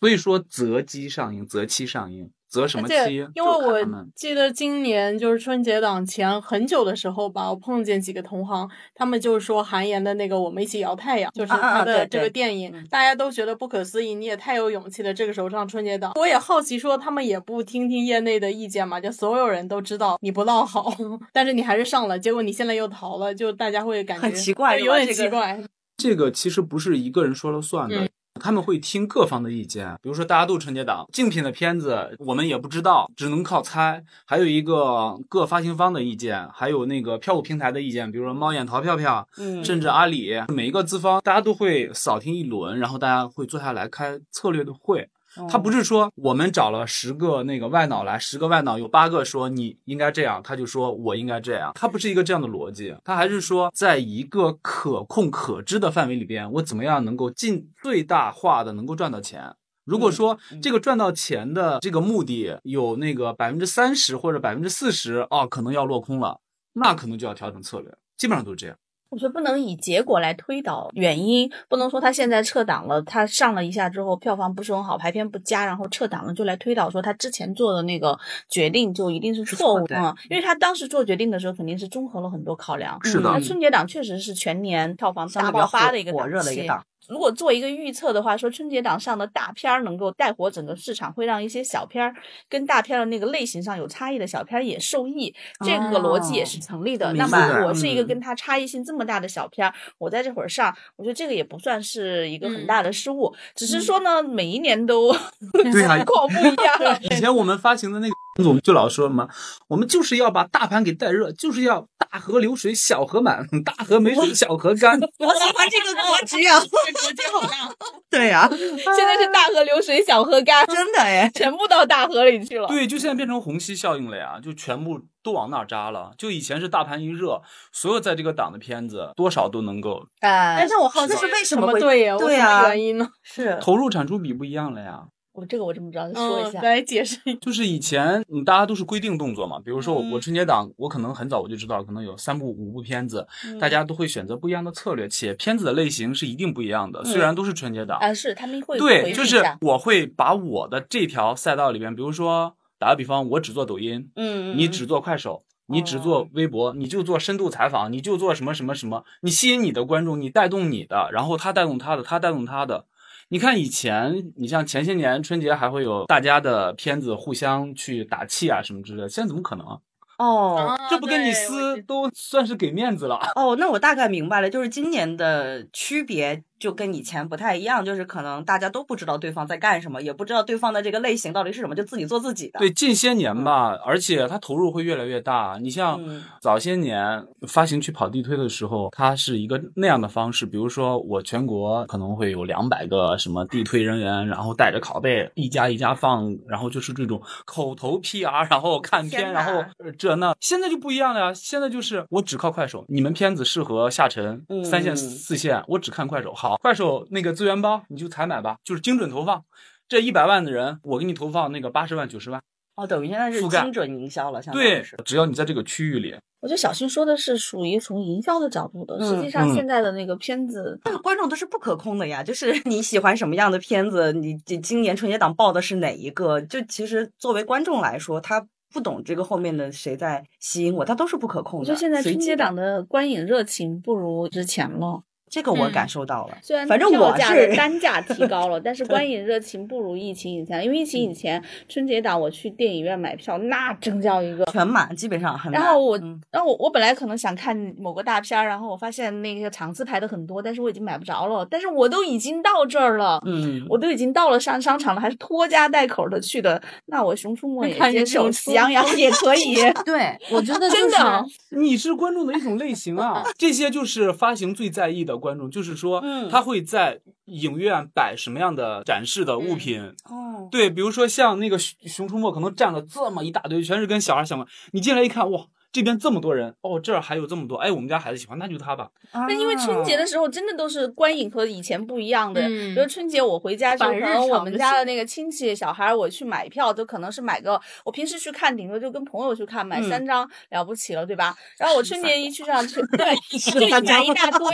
B: 所以说择机上映，择期上映，择什么
E: 而
B: 期？
E: 且，因为
B: 就看
E: 我
B: 他们
E: 记得今年就是春节档前很久的时候吧，我碰见几个同行，他们就是说韩延的那个《我们一起摇太阳》，就是
A: 啊啊啊
E: 他的
A: 对
E: 这
A: 对
E: 个电影，
A: 嗯
E: 大家都觉得不可思议，你也太有勇气了，这个时候上春节档。我也好奇说，他们也不听听业内的意见嘛，就所有人都知道你不落好， [LAUGHS] 但是你还是上了，结果你现在又逃了，就大家会感觉
A: 很奇怪
E: 对
A: 是吧
E: 有点
A: 这个
E: 奇怪。
A: [LAUGHS]
B: 这个其实不是一个人说了算的。
E: 嗯
B: 他们会听各方的意见，比如说大家都春节档竞品的片子，我们也不知道，只能靠猜。还有一个各发行方的意见，还有那个票务平台的意见，比如说猫眼、淘票票，
A: 嗯，
B: 甚至啊阿里，每一个资方大家都会扫听一轮，然后大家会坐下来开策略的会。他不
A: 是
B: 是说我们找了十个那个外脑来，十个外脑有八个说你应该这样，他就说我应该这样，他不是一个这样的逻辑，他还是说在一个可控可知的范围里边，我怎么样能够尽最大化的能够赚到钱。如果说
A: 嗯
B: 这个赚到钱的这个目的有那个百分之三十或者百分之四十啊，可能要落空了，那可能就要调整策略，基本上都是这样。
D: 我觉得不能以结果来推导原因，不能说他现在撤档了，他上了一下之后票房不是很好，排片不佳，然后撤档了就来推导说他之前做的那个决定就一定是
A: 是
D: 错
A: 错
D: 误
A: 的
D: 的、嗯因为他当时做决定的时候肯定是综合了很多考量。
B: 是的
D: 那春节档确实是全年票房
A: 相对
D: 大
A: 比较
D: 爆发
A: 火
D: 的一个
A: 火热的一个
D: 期
A: 档。
D: 如果做一个预测的话，说春节档上的大片儿能够带火整个市场，会让一些小片儿跟大片儿的那个类型上有差异的小片儿也受益，这个逻辑也是成立的。
A: 哦
D: 那
A: 明白
D: 么我是一个
B: 嗯
D: 跟它差异性这么大的小片儿，我在这会儿上，我觉得这个也不算是一个很
E: 嗯
D: 大的失误，只是说呢，每一年都
B: 嗯对啊
D: 状况不一
B: [LAUGHS]
D: 样。
B: 以前我们发行的那个，我们就老说嘛，我们就是要把大盘给带热，就是要大河流水小河满，大河没水小河干。
A: 我喜欢这个国职呀，
E: 这国际好大，
A: [LAUGHS] 对呀、
D: 现在是大河流水小河
B: [LAUGHS]
D: 干，
A: 真的哎，
D: 全部到大河里去了。
B: 对，就现在变成虹吸效应了呀，就全部都往那儿扎了。就以前是大盘一热，所有在这个档的片子多少都能够
A: 哎
E: 但是我好奇
A: 这是为什
E: 么
A: 么会
E: 对呀？我
A: 对
E: 什
A: 啊
E: 么原因呢？
A: 是
B: 投入产出比不一样了呀。
D: 我这个我真不知道，你说一
E: 嗯，
D: 下。
E: 来解释一下。
B: 就是以前嗯大家都是规定动作嘛，比如说我
E: 嗯
B: 我春节档，我可能很早我就知道，可能有三部五部片子，大家都会选择不一样的策略，且片子的类型是一定不一样的。虽然都是春节档，
D: 啊，是他们会回
B: 对，
D: 避
B: 就
D: 一
B: 是
D: 下
B: 我会把我的这条赛道里边，比如说打个比方，我只做抖音，
A: 嗯
B: 你只做快手，你只做微博，你就做深度采访，你就做什么什么什么，你吸引你的观众，你带动你的，然后他带动他的，他带动他的。你看以前，你像前些年春节还会有大家的片子互相去打气啊什么之类的，现在怎么可能啊？
A: 哦。
E: 啊
B: 这不跟你
E: 对我
B: 撕
E: 知
B: 都算是给面子了。
A: 哦，那我大概明白了，就是今年的区别就跟以前不太一样，就是可能大家都不知道对方在干什么，也不知道对方的这个类型到底是什么，就自己做自己的。
B: 对，近些年吧，而且它投入会越来越大。你像
A: 嗯
B: 早些年发行去跑地推的时候，它是一个那样的方式，比如说我全国可能会有两百个什么地推人员，然后带着拷贝一家一家放，然后就是这种口头 PR，然后看片，
A: 天
B: 然
A: 哪
B: 后呃这那。现在就不一样了呀，现在就是我只靠快手，你们片子适合下沉、三线、
A: 嗯
B: 四线，我只看快手。好，快手那个资源包你就采买吧，就是精准投放。这一百万的人，我给你投放那个八十万、九十万，
A: 哦，等于现在是
B: 覆盖
A: 精准营销了，相当于
B: 对
A: 是。，
B: 只要你在这个区域里，
D: 我觉得小新说的是属于从营销的角度的，实
A: 嗯
D: 际上
B: 嗯
D: 现在的那个片子，
A: 但是观众都是不可控的呀，就是你喜欢什么样的片子，你今今年春节档报的是哪一个？就其实作为观众来说，他不懂这个后面的谁在吸引我，他都是不可控
D: 我
A: 的。
D: 觉得现在
A: 随
D: 春
A: 机
D: 节
A: 的
D: 档的观影热情不如之前了。
A: 这个我
E: 嗯
A: 感受到了，
D: 虽然
A: 反正
D: 票
A: 我
D: 价的
A: 是
D: 单价
A: [LAUGHS]
D: 提高了，但是观影热情不如疫情以前，因为疫
A: 嗯
D: 情以前春节档我去电影院买票，那真叫一个。
A: 全满，基本上很满。
D: 然后我
A: 嗯，
D: 然后我我本来可能想看某个大片儿，然后我发现那个场次排的很多，但是我已经买不着了。但是我都已经到这儿了，
A: 嗯
D: 我都已经到了上商场了，还是拖家带口的去的，那我《熊出没》也
E: 看
D: 接
E: 见
D: 受，
E: 熊
D: 《
E: 出
D: 喜羊羊》也
A: [LAUGHS]
D: 可以。
C: 对，我觉
E: [LAUGHS]
C: 得
D: 真
C: 就
D: 的
C: 是
E: 啊
B: 你是观众的一种类型啊。这些就是发行最在意的观众，就是说
A: 嗯，
B: 他会在影院摆什么样的展示的物品。
A: 哦，
B: 对，比如说像那个熊《熊出没》，可能站了这么一大堆，全是跟小孩儿相关。你进来一看，哇，这边这么多人，哦，这儿还有这么多，哎，我们家孩子喜欢，那就他吧。
A: 那
D: 那因为春节的时候真的都是观影和以前不一样的，
C: 嗯
D: 比如春节我回家就
C: 反
D: 可
C: 日
D: 能我
C: 常
D: 们
C: 就
D: 家的
C: 行
D: 那个亲戚小孩，我去买票都可能是买个，我平时去看顶多就跟朋友去看，买
B: 嗯
D: 三张、了不起了，对吧？然后我春节一去上 [LAUGHS] 去，对，就
A: 三
D: 买
A: 张
D: 一大堆，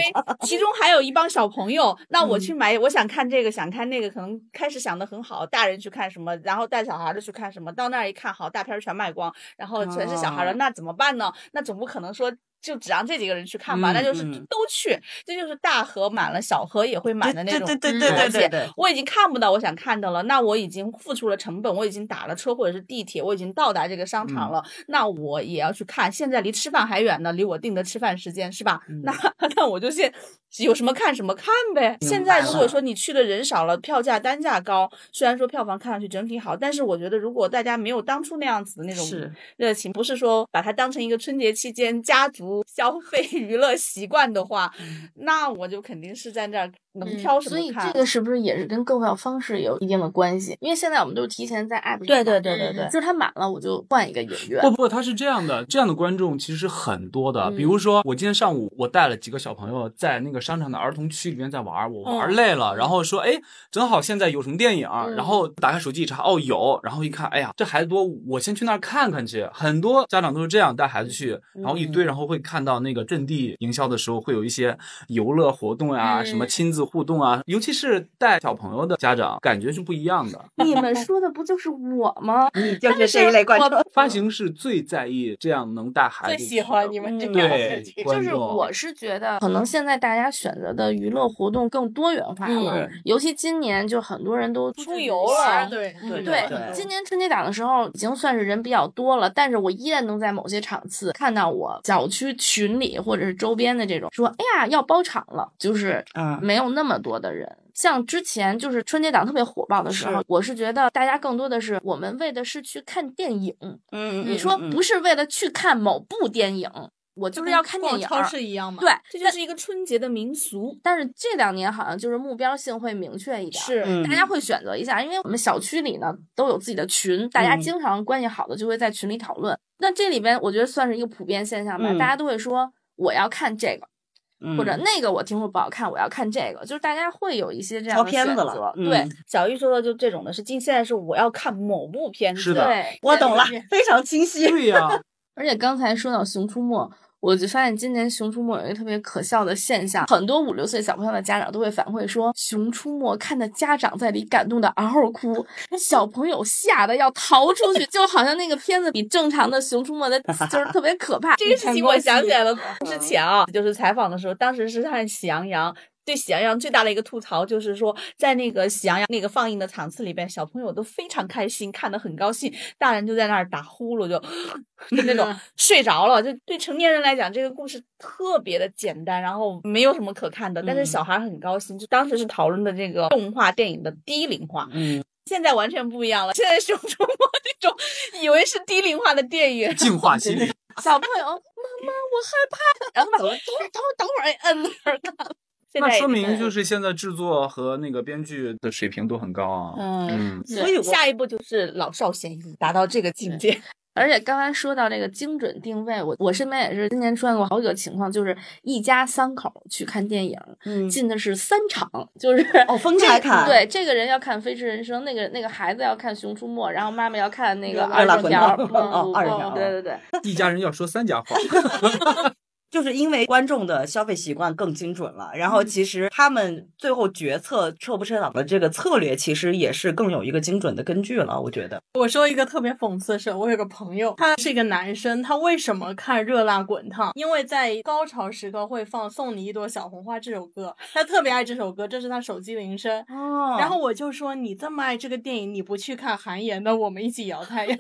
D: 其中还有一帮小朋友，那我去买，我想看这个，想看那个，可能开始想的很好，大人去看什么，然后带小孩的去看什么，到那儿一看，好，大片儿全卖光，然后全是小孩的，
A: 哦
D: 那怎么办呢？那总不可能说。就只让这几个人去看吧，
B: 嗯
D: 那就是
B: 嗯
D: 都去，这就是大河满了，小河也会满的那种。
A: 对对对
C: 嗯
A: 对对
D: 而且
A: 对对，
D: 我已经看不到我想看的了，那我已经付出了成本，我已经打了车或者是地铁，我已经到达这个商场了，那我也要去看。现在离吃饭还远呢，离我定的吃饭时间是吧？那 [LAUGHS] 那我就现有什么看什么看呗。
B: 明
D: 现
B: 白
D: 在如
B: 了
D: 果说你去的人少了，票价单价高，虽然说票房看上去整体好，但是我觉得如果大家没有当初那样子的那种
A: 是
D: 热情，不是说把它当成一个春节期间家族消费 [LAUGHS] 娱乐习惯的话，那我就肯定是在那儿能挑什么
C: 嗯所以
D: 看。
C: 这个是不是也是跟购票方式有一定的关系？因为现在我们都是提前在 app 上
D: 对对
C: 买
D: 对对
C: 嗯
D: 对
C: 就是它满了我就换一个影院
B: 不。不，他是这样的，这样的观众其实很多的。
C: 嗯
B: 比如说，我今天上午我带了几个小朋友在那个商场的儿童区里面在玩儿，我玩儿累了，然后说，哎，正好现在有什么电影儿，
C: 嗯
B: 然后打开手机一查，哦有，然后一看，哎呀，这孩子多，我先去那儿看看去。很多家长都是这样带孩子去，然后一
C: 嗯
B: 堆，然后会看到那个阵地营销的时候会有一些游乐活动啊，
C: 嗯
B: 什么亲子互动啊，尤其是带小朋友的家长，感觉是不一样的。
C: 你们说的不就是我吗？
A: 你就是这一类观众，
B: 发行是最在意这样能带孩
E: 嗯最
B: 子，
E: 喜欢你们这
C: 嗯
E: 样
B: 对
E: 的剧，
B: 观
C: 就是
B: 众
C: 我是觉得，可能现在大家选择的娱乐活动更多元化了，尤其今年就很多人都
D: 出游
C: 嗯了
E: 啊对
A: 嗯对
C: 嗯对，今年春节档的时候已经算是人比较多了，但是我依然能在某些场次看到我小区群里或者是周边的这种说，哎呀要包场了，就是
A: 啊
C: 没有那么多的人。像之前就是春节档特别火爆的时候，我是觉得大家更多的是我们为的是去看电影，
A: 嗯
C: 你说不是为了去看某部电影，我就是要看电
E: 逛
C: 影。
E: 超市一样嘛。
C: 对，
D: 这就是一个春节的民俗。
C: 但是这两年好像就是目标性会明确一点，
D: 是，
A: 嗯
C: 大家会选择一下，因为我们小区里呢都有自己的群，大
A: 嗯
C: 家经常关系好的就会在群里讨论。那这里边我觉得算是一个普遍现象吧，
A: 嗯
C: 大家都会说我要看这个、
A: 嗯
C: 或者那个，我听说不好看，我要看这个，就是大家会有一些这样
A: 挑
C: 的
A: 片
C: 选
A: 子
C: 择。
A: 了，嗯
C: 对、
D: 小玉说的就这种的是，今现在是我要看某部片子，
B: 是的
C: 对，
A: 我懂了，非常清晰。 [LAUGHS]
B: 对呀、
C: 而且刚才说到《熊出没》。我就发现今年《熊出没》有一个特别可笑的现象，很多五六岁小朋友的家长都会反馈说，《熊出没》看的家长在里感动的嗷嗷哭，小朋友吓得要逃出去，就好像那个片子比正常的《熊出没》的就是特别可怕。
D: [LAUGHS] 这个事情我想起来了，之
B: 嗯
D: 前啊，就是采访的时候，当时是看《喜羊羊》。对《喜羊羊》最大的一个吐槽就是说，在那个《喜羊羊》那个放映的场次里边，小朋友都非常开心，看得很高兴，大人就在那儿打呼噜，就就
B: [LAUGHS]
D: 那种睡着了。就对成年人来讲，这个故事特别的简单，然后没有什么可看的，但是
A: 嗯
D: 小孩很高兴。就当时是讨论的这个动画电影的低龄化，
A: 嗯，
D: 现在完全不一样了。现 [LAUGHS] 在《熊出没》这种以为是低龄化的电影，
B: 净化心
D: [LAUGHS]
B: 理。
C: 小朋友，妈妈，我害怕，然后把我等会儿等会儿等会儿摁那儿看。
D: 现
B: 那
D: 在
B: 说
D: 已经
B: 明就是现在制作和那个编剧的水平都很高啊。
D: 嗯，
B: 嗯，
A: 所以我
D: 下一步就是老少咸宜，达到这个境界。
C: 而且刚才说到这个精准定位，我我身边也是今年出现过好几个情况，就是一家三口去看电影，
A: 嗯
C: 进的是三场，就是
A: 哦分开看
C: 这个对，这个人要看《飞驰人生》，那个那个孩子要看《熊出没》，然后妈妈要看那个
E: 热辣
C: 二十
A: 滚
C: 条，
A: 烫
C: 嗯
A: [LAUGHS] 哦二十
C: 嗯
A: 条
C: 对对对。
B: 一家人要说三家话，
A: 就是因为观众的消费习惯更精准了，然后其实他们最后决策撤不撤档的这个策略，其实也是更有一个精准的根据了。我觉得，
E: 我说一个特别讽刺的事，我有个朋友，他是一个男生，他为什么看《热辣滚烫》？因为在高潮时刻会放《送你一朵小红花》这首歌，他特别爱这首歌，这是他手机铃声。
A: 哦
E: 然后我就说，你这么爱这个电影，你不去看韩延的《我们一起摇太阳》，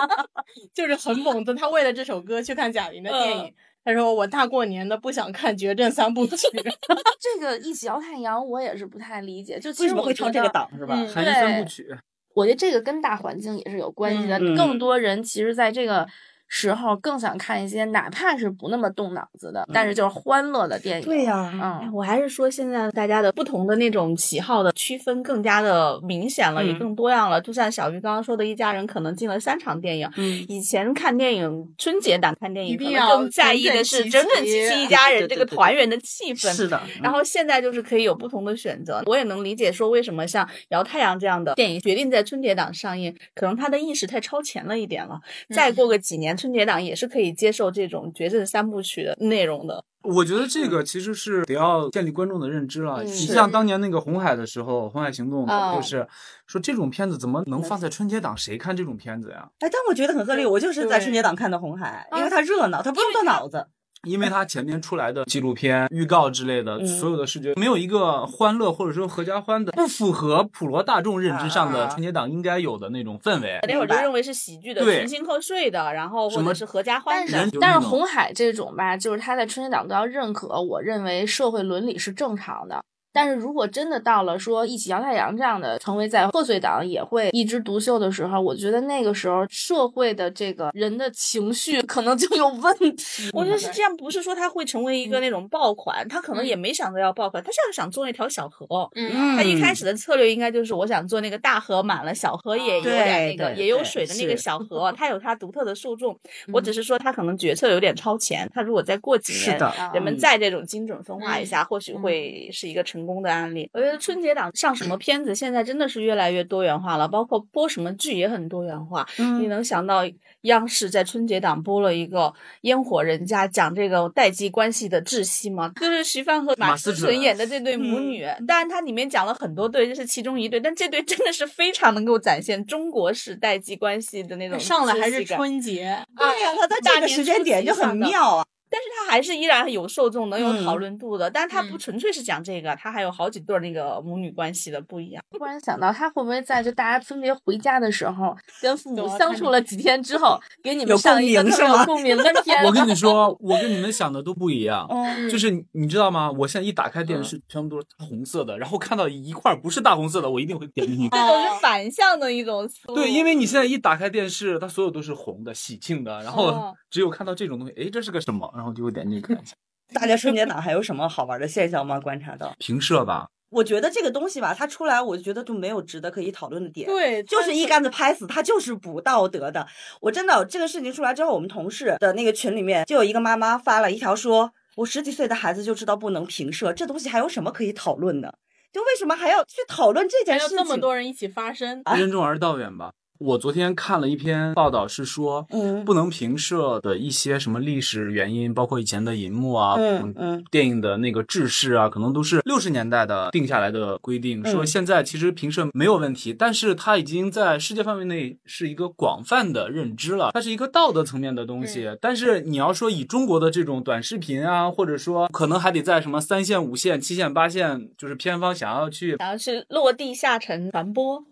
E: [LAUGHS] 就是很讽刺。他为了这首歌去看贾玲的电影，他说我大过年的不想看《绝症三部曲》 [LAUGHS]
C: 这个一起摇太阳，我也是不太理解，就其
A: 为
C: 实
A: 什么
C: 我
A: 会
C: 觉
A: 挑这个
C: 得
A: 档是吧？
E: 嗯
B: 韩剧三部曲，
C: 我觉得这个跟大环境也是有关系的。
A: 嗯
C: 更多人其实在这个时候更想看一些哪怕是不那么动脑子的，但是就是欢乐的电影。
A: 嗯对呀、
D: 哎，
C: 嗯，
D: 我还是说现在大家的不同的那种喜好的区分更加的明显了，也
B: 嗯
D: 更多样了。就像小鱼刚刚说的，一家人可能进了三场电影。
B: 嗯，
D: 以前看电影，春节档看电影，
E: 一定
D: 可能
E: 要
D: 更在意的是整整齐
E: 整整齐齐
D: 齐一家人
A: 对对
D: 这
A: 对
D: 个
A: 对对
D: 团圆的气氛。
A: 是的，
D: 然后现在就是可以有不同的选择，我也能理解说为什么像《摇太阳》这样的电影决定在春节档上映，可能它的意识太超前了一点了。
B: 嗯
D: 再过个几年，春节档也是可以接受这种决战三部曲的内容的。
B: 我觉得这个其实是得要建立观众的认知了。
D: 嗯
B: 你
D: 是
B: 像当年那个《红海》的时候，《红海行动》
D: 啊
B: 就是说这种片子怎么能放在春节档？谁看这种片子呀？
A: 哎，但我觉得很合理。我就是在春节档看的《红海》，啊因为它热闹，它不用动脑子。
B: 因为它前面出来的纪录片、预告之类的，
A: 嗯
B: 所有的视觉没有一个欢乐或者说合家欢的，不符合普罗大众认知上的
A: 啊
B: 春节档应该有的那种氛围。嗯
D: 那会儿就认为是喜剧的，
B: 对
D: 群星扣税的，然后
B: 什
D: 或
B: 么
D: 者是合家欢
C: 但
D: 的
B: 人
C: 是，
B: 就
C: 但
B: 那
C: 是
B: 种
C: 红海这种吧，就是他在春节档都要认可，我认为社会伦理是正常的。但是如果真的到了说一起摇太阳这样的，成为在贺岁档也会一枝独秀的时候，我觉得那个时候社会的这个人的情绪可能就有问题。
D: 我觉
B: 嗯
D: 得是这样，不是说他会成为一个那种爆款，他可能也没想着要爆款，他就是想做那条小河。
C: 嗯，
A: 嗯
D: 他一开始的策略应该就是，我想做那个大河满了，小河也有点那
A: 对
D: 个，
A: 对
D: 也有水的那个
A: 是
D: 小河，它有它独特的受众。
C: 嗯
D: 我只是说，他可能决策有点超前，他如果再过几
A: 是
D: 年，
E: 啊
A: 的，
D: 人们
C: 嗯
D: 再这种精准分化一下，或许
C: 嗯
D: 会是一个成功的案例。我觉得春节档上什么片子，现在真的是越来越多元化了，包括播什么剧也很多元化。
A: 嗯
D: 你能想到央视在春节档播了一个《烟火人家》，讲这个代际关系的窒息吗？就是徐帆和
B: 马
D: 马
B: 思
D: 思
B: 纯
D: 纯演的这对母
A: 嗯
D: 女，当然它里面讲了很多对，这是其中一对，但这对真的是非常能够展现中国式代际关系的那种
E: 上来还
D: 窒
E: 是
D: 息感啊
E: 春节，
A: 对呀、它在这个时间点就很妙嗯啊。
D: 但是它还是依然有受众，能有讨论度的。但是它不
C: 嗯
D: 纯粹是讲这个，它还有好几对儿那个母女关系的不一样。
C: 突然想到，他会不会在就大家分别回家的时候，跟父
E: 对
C: 母
E: 我
C: 相
E: 看
C: 处
E: 见
C: 了几天之后，给你
A: 有
C: 们上
A: 共
C: 一个
A: 鸣
C: 特
A: 是
C: 别有
A: 吗
C: 共
A: [LAUGHS]
C: 鸣的片？
B: 我跟你说，我跟你们想的都不一样。
A: 嗯，
B: 就是你你知道吗？我现在一打开电视，全部都是大红色的，然后看到一块不是大红色的，我一定会点进去看。
A: 呃
D: 这种是反向的一种思路。
B: [LAUGHS] 对，因为你现在一打开电视，它所有都是红的、喜庆的，然后
D: 哦
B: 只有看到这种东西，哎，这是个什么？然后就会点进去看一下。
A: 大家春节档还有什么好玩的现象吗？观察到，
B: 平射吧，
A: 我觉得这个东西吧，它出来，我觉得就没有值得可以讨论的点。
E: 对，
A: 就是一竿子拍死，他就是不道德的。我真的这个事情出来之后，我们同事的那个群里面就有一个妈妈发了一条说：“我十几岁的孩子就知道不能平射，这东西还有什么可以讨论的？就为什么还要去讨论这
E: 还
A: 件
E: 有
A: 事情？”
E: 这么多人一起发声，
A: 啊
B: 任重而道远吧。我昨天看了一篇报道，是说
A: 嗯
B: 不能平射的一些什么历史原因，包括以前的银幕啊，
A: 嗯嗯，
B: 电影的那个制式啊，可能都是六十年代的定下来的规定。说
A: 嗯
B: 现在其实平射没有问题，但是它已经在世界范围内是一个广泛的认知了，它是一个道德层面的东西。但是你要说以中国的这种短视频啊，或者说可能还得在什么三线、五线、七线、八线，就是片方想要去
D: 然后是落地下沉传播，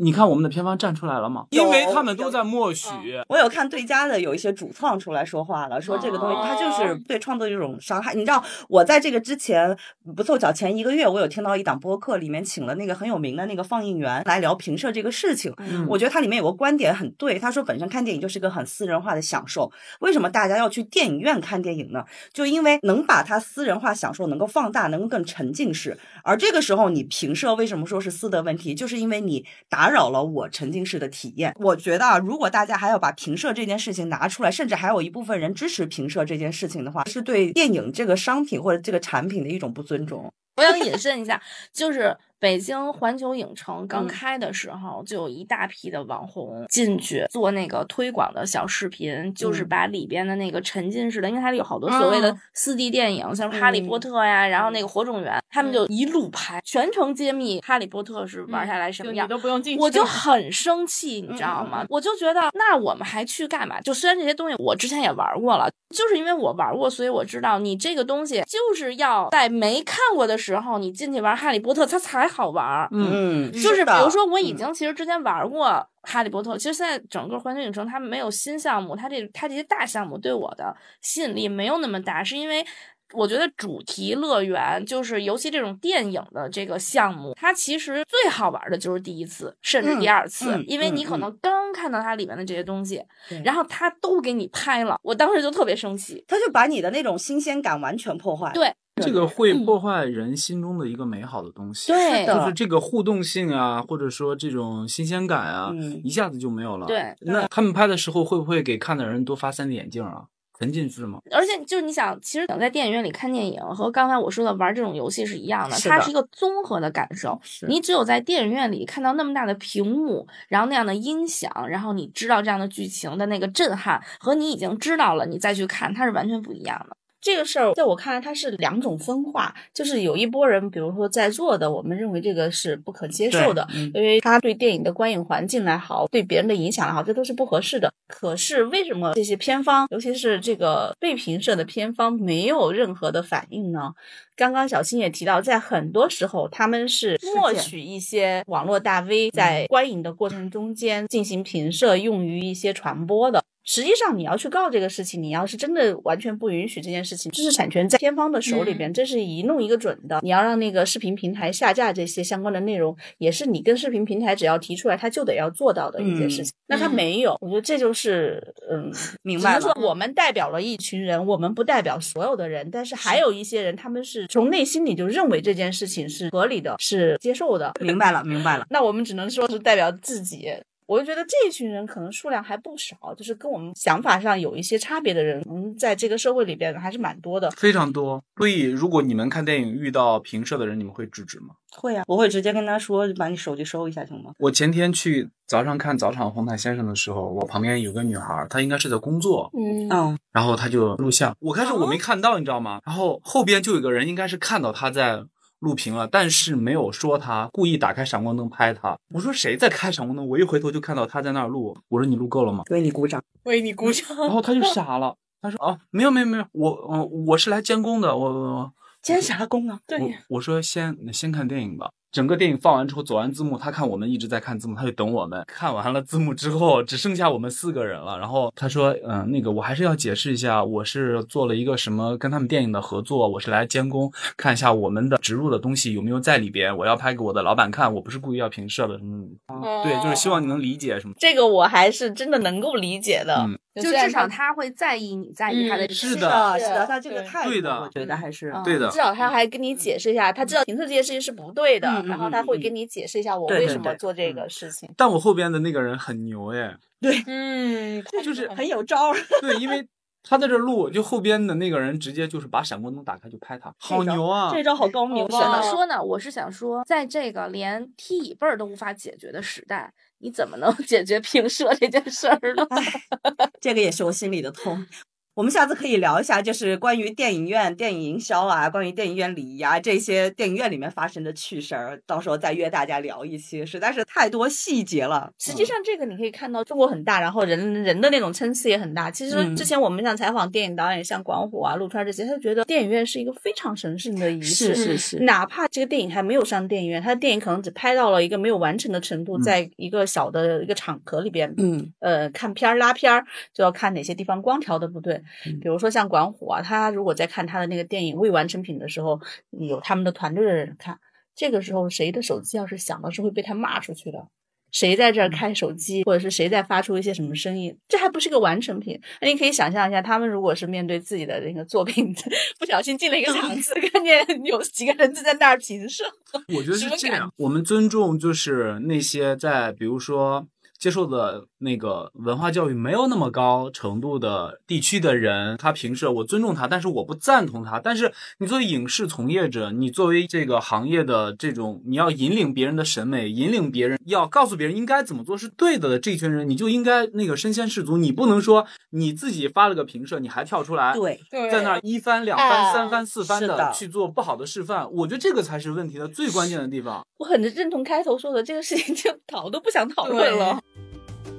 B: 你看我们的片方站出来了吗？
A: 有
B: 因为他们都在默许。
A: 我有看对家的有一些主创出来说话了，说这个东西它就是对创作这种伤害。你知道我在这个之前不凑巧前一个月，我有听到一档播客，里面请了那个很有名的那个放映员来聊评社这个事情。
B: 嗯
A: 我觉得它里面有个观点很对，他说本身看电影就是个很私人化的享受，为什么大家要去电影院看电影呢？就因为能把它私人化享受能够放大，能够更沉浸式。而这个时候，你平射为什么说是私德问题，就是因为你打扰了我沉浸式的体验。我觉得啊，如果大家还要把平射这件事情拿出来，甚至还有一部分人支持平射这件事情的话，是对电影这个商品或者这个产品的一种不尊重。
C: 我想引申一下，就是北京环球影城刚
A: 嗯
C: 开的时候，就有一大批的网红进去做那个推广的小视频，就是
A: 嗯
C: 把里边的那个沉浸式的，因为它里有好多所谓的
E: 嗯
C: 四 D 电影，像《哈利波
A: 嗯
C: 特》呀，然后那个《火种源》，他们就一路拍，全程揭秘《哈利波特》是玩下来什
E: 就
C: 么
E: 你
C: 样。
E: 都不用进去，
C: 我就很生气，你知道吗？
A: 嗯嗯
C: 我就觉得，那我们还去干嘛？就虽然这些东西我之前也玩过了，就是因为我玩过，所以我知道你这个东西就是要在没看过的时候，你进去玩《哈利波特》，它才好玩儿。
B: 嗯，
A: 嗯，
C: 就是比如说，我已
A: 嗯
C: 经其实之前玩过《哈利波特》，其实现在整个环球影城它没有新项目，它这它这些大项目对我的吸引力没有那么大，是因为我觉得主题乐园就是，尤其这种电影的这个项目，它其实最好玩的就是第一次，甚至第二次，
A: 嗯嗯
C: 因为你可
A: 嗯
C: 能刚看到它里面的这些东西，
A: 对
C: 然后它都给你拍了，我当时就特别生气。
A: 他就把你的那种新鲜感完全破坏。
C: 对
B: 这个会破坏人心中的一个美好嗯的东西。
C: 对
A: 的
B: 就是这个互动性啊，或者说这种新鲜感啊，
A: 嗯
B: 一下子就没有了。
C: 对，
B: 那他们拍的时候会不会给看的人多发三 D 眼镜啊？沉浸式吗？
C: 而且就是你想，其实想在电影院里看电影和刚才我说的玩这种游戏是一样的，
A: 是
C: 它
A: 的
C: 是一个综合的感受。
A: 是
C: 你只有在电影院里看到那么大的屏幕，然后那样的音响，然后你知道这样的剧情的那个震撼，和你已经知道了你再去看，它是完全不一样的。
D: 这个事儿，在我看来，它是两种分化，就是有一波人，比如说在座的，我们认为这个是不可接受的，
A: 嗯
D: 因为他对电影的观影环境来好，对别人的影响来好，这都是不合适的。可是为什么这些片方，尤其是这个被评社的片方，没有任何的反应呢？刚刚小新也提到，在很多时候他们是默许一些网络大 V 在观影的过程中间进行评社，用于一些传播的。实际上，你要去告这个事情，你要是真的完全不允许这件事情，知识产权在片方的手里边，这是一弄一个准的。你要让那个视频平台下架这些相关的内容，也是你跟视频平台只要提出来，他就得要做到的一件事情。那他没有，我觉得这就是嗯，
A: 明
D: 只
A: 白
D: 能
A: 了
D: 说我们代表了一群人，我们不代表所有的人，但是还有一些人，他们是从内心里就认为这件事情是合理的，是接受的。
A: 明白了，明白了。
D: 那我们只能说是代表自己。我就觉得这一群人可能数量还不少，就是跟我们想法上有一些差别的人，嗯，在这个社会里边还是蛮多的。
B: 非常多。所以，如果你们看电影遇到评社的人，你们会制止吗？
A: 会啊，我会直接跟他说，把你手机收一下行吗？
B: 我前天去早上看早场红毯先生的时候，我旁边有个女孩，她应该是在工作，
D: 嗯
A: 嗯，
B: 然后她就录像。我开始我没看到，你知道吗？然后后边就有个人应该是看到她在录屏了，但是没有说她，故意打开闪光灯拍她。我说谁在开闪光灯？我一回头就看到她在那儿录。我说你录够了吗？
A: 为你鼓掌。
E: 为你鼓掌。
B: 然后她就傻了，她说哦，没有没有没有，我呃我是来监工的，我呃我
A: 今天啥工啊？
E: 对
B: 我我说先先看电影吧。整个电影放完之后，走完字幕，他看我们一直在看字幕，他就等我们看完了字幕之后，只剩下我们四个人了。然后他说：“嗯、那个我还是要解释一下，我是做了一个什么跟他们电影的合作，我是来监工，看一下我们的植入的东西有没有在里边。我要拍给我的老板看，我不是故意要平射的。嗯，对，就是希望你能理解什么。
D: 这个我还是真的能够理解的，
B: 嗯
D: 就
C: 就
D: 虽然
C: 至少
D: 他
C: 他会在意你在意他的
E: 嗯
C: 这
B: 是
C: 个事
A: 是的，
B: 的
E: 是
A: 啊是
E: 的
A: 的，他这个
E: 对
A: 态度，
B: 对的
A: 我觉得还是
C: 嗯
B: 对的
D: 至，少他还跟你解释一下，他知道评测这件事情是不对的，
A: 嗯嗯
D: 然后他
A: 嗯
D: 会
A: 嗯
D: 跟你解释一下我
A: 对
D: 为
A: 对
D: 什么
A: 对
D: 做这个事情。
B: 但我后边的那个人很牛哎，
E: 嗯，这
B: 就是
A: 很有招儿。
B: 对，因为他在这录，就后边的那个人直接就是把闪光灯打开就拍他，好牛啊！
A: 这招好高明
E: 哦
C: 怎么
E: 哇
A: 啊！
C: 说呢？我是想说，在这个连踢椅背儿都无法解决的时代，你怎么能 [LAUGHS] 解决评社这件事儿呢？
A: 这个也是我心里的痛。我们下次可以聊一下，就是关于电影院、电影营销啊，关于电影院礼仪啊这些电影院里面发生的趣事儿，到时候再约大家聊一期，实在是太多细节了。
D: 实际上，这个你可以看到，中国很大，然后人人的那种参差也很大。其实
A: 嗯
D: 之前我们像采访电影导演，像管虎啊、陆川这些，他就觉得电影院是一个非常神圣的仪式，
E: 是
C: 是
D: 哪怕这个电影还没有上电影院，他的电影可能只拍到了一个没有完成的程度，
B: 嗯
D: 在一个小的一个场合里边，
A: 嗯，
D: 呃，看片儿拉片儿就要看哪些地方光调的不对。
A: 嗯
D: 比如说像管虎啊，他如果在看他的那个电影未完成品的时候，嗯有他们的团队的人看，这个时候谁的手机要是响了，是会被他骂出去的。谁在这儿开手机，或者是谁在发出一些什么声音，这还不是个完成品。那你可以想象一下，他们如果是面对自己的那个作品， [LAUGHS] 不小心进了一个场次，看见有几个人就在那儿评射，
B: 我觉得
D: 什
B: 是
D: 么
B: 这
D: 感
B: 样，我们尊重就是那些在比如说接受的那个文化教育没有那么高程度的地区的人，他平视我尊重他，但是我不赞同他。但是你作为影视从业者，你作为这个行业的这种，你要引领别人的审美，引领别人，要告诉别人应该怎么做是对的的这群人，你就应该那个身先士卒，你不能说你自己发了个评社，你还跳出来
A: 对，
E: 哦对哎
B: 在那儿一翻、两翻、
D: 啊
B: 三翻、四翻
A: 是
B: 的
A: 的
B: 去做不好的示范，我觉得这个才是问题的最关键的地方。
D: [LAUGHS] 我很认同开头说的这个事情，就讨都不想讨论
E: 对
D: 了。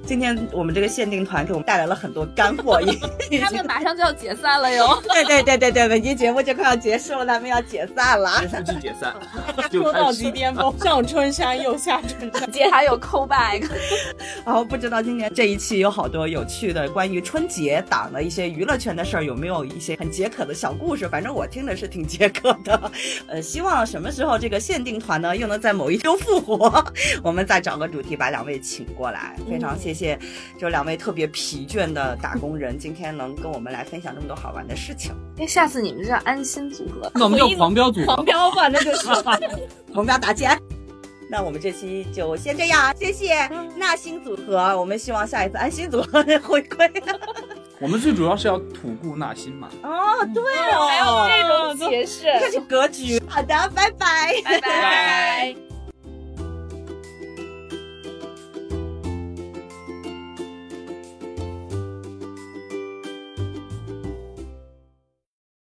A: 今天我们这个限定团给我们带来了很多干货，也已
C: 他
A: 经
C: 们马上就要解散了哟。
A: 对对对对对，本期节目就快要结束了，他们要解散了。
B: 先夫妻解
E: [LAUGHS]
B: 散就
E: 说到
B: 开
E: 极
B: 始。
E: 巅峰，上春山又下春山。
C: 姐还有 call back，
A: 然后不知道今年这一期有好多有趣的关于春节档的一些娱乐圈的事儿，有没有一些很解渴的小故事？反正我听的是挺解渴的。呃，希望什么时候这个限定团呢又能在某一周复活，我们再找个主题把两位请过来。非常谢谢，就两位特别疲倦的打工人，今天能跟我们来分享这么多好玩的事情。
C: 那下次你们就叫安心组合。
B: 那我们叫狂飙组合，
A: 彪吧，那就是我们俩打架。那我们这期就先这样，谢谢纳新组合，我们希望下一次安心组合回归。
B: [LAUGHS] 我们最主要是要吐故纳新嘛。
A: 哦，对哦，
D: 还有这种解释。
A: 这是格局。好的，拜拜。
C: 拜拜。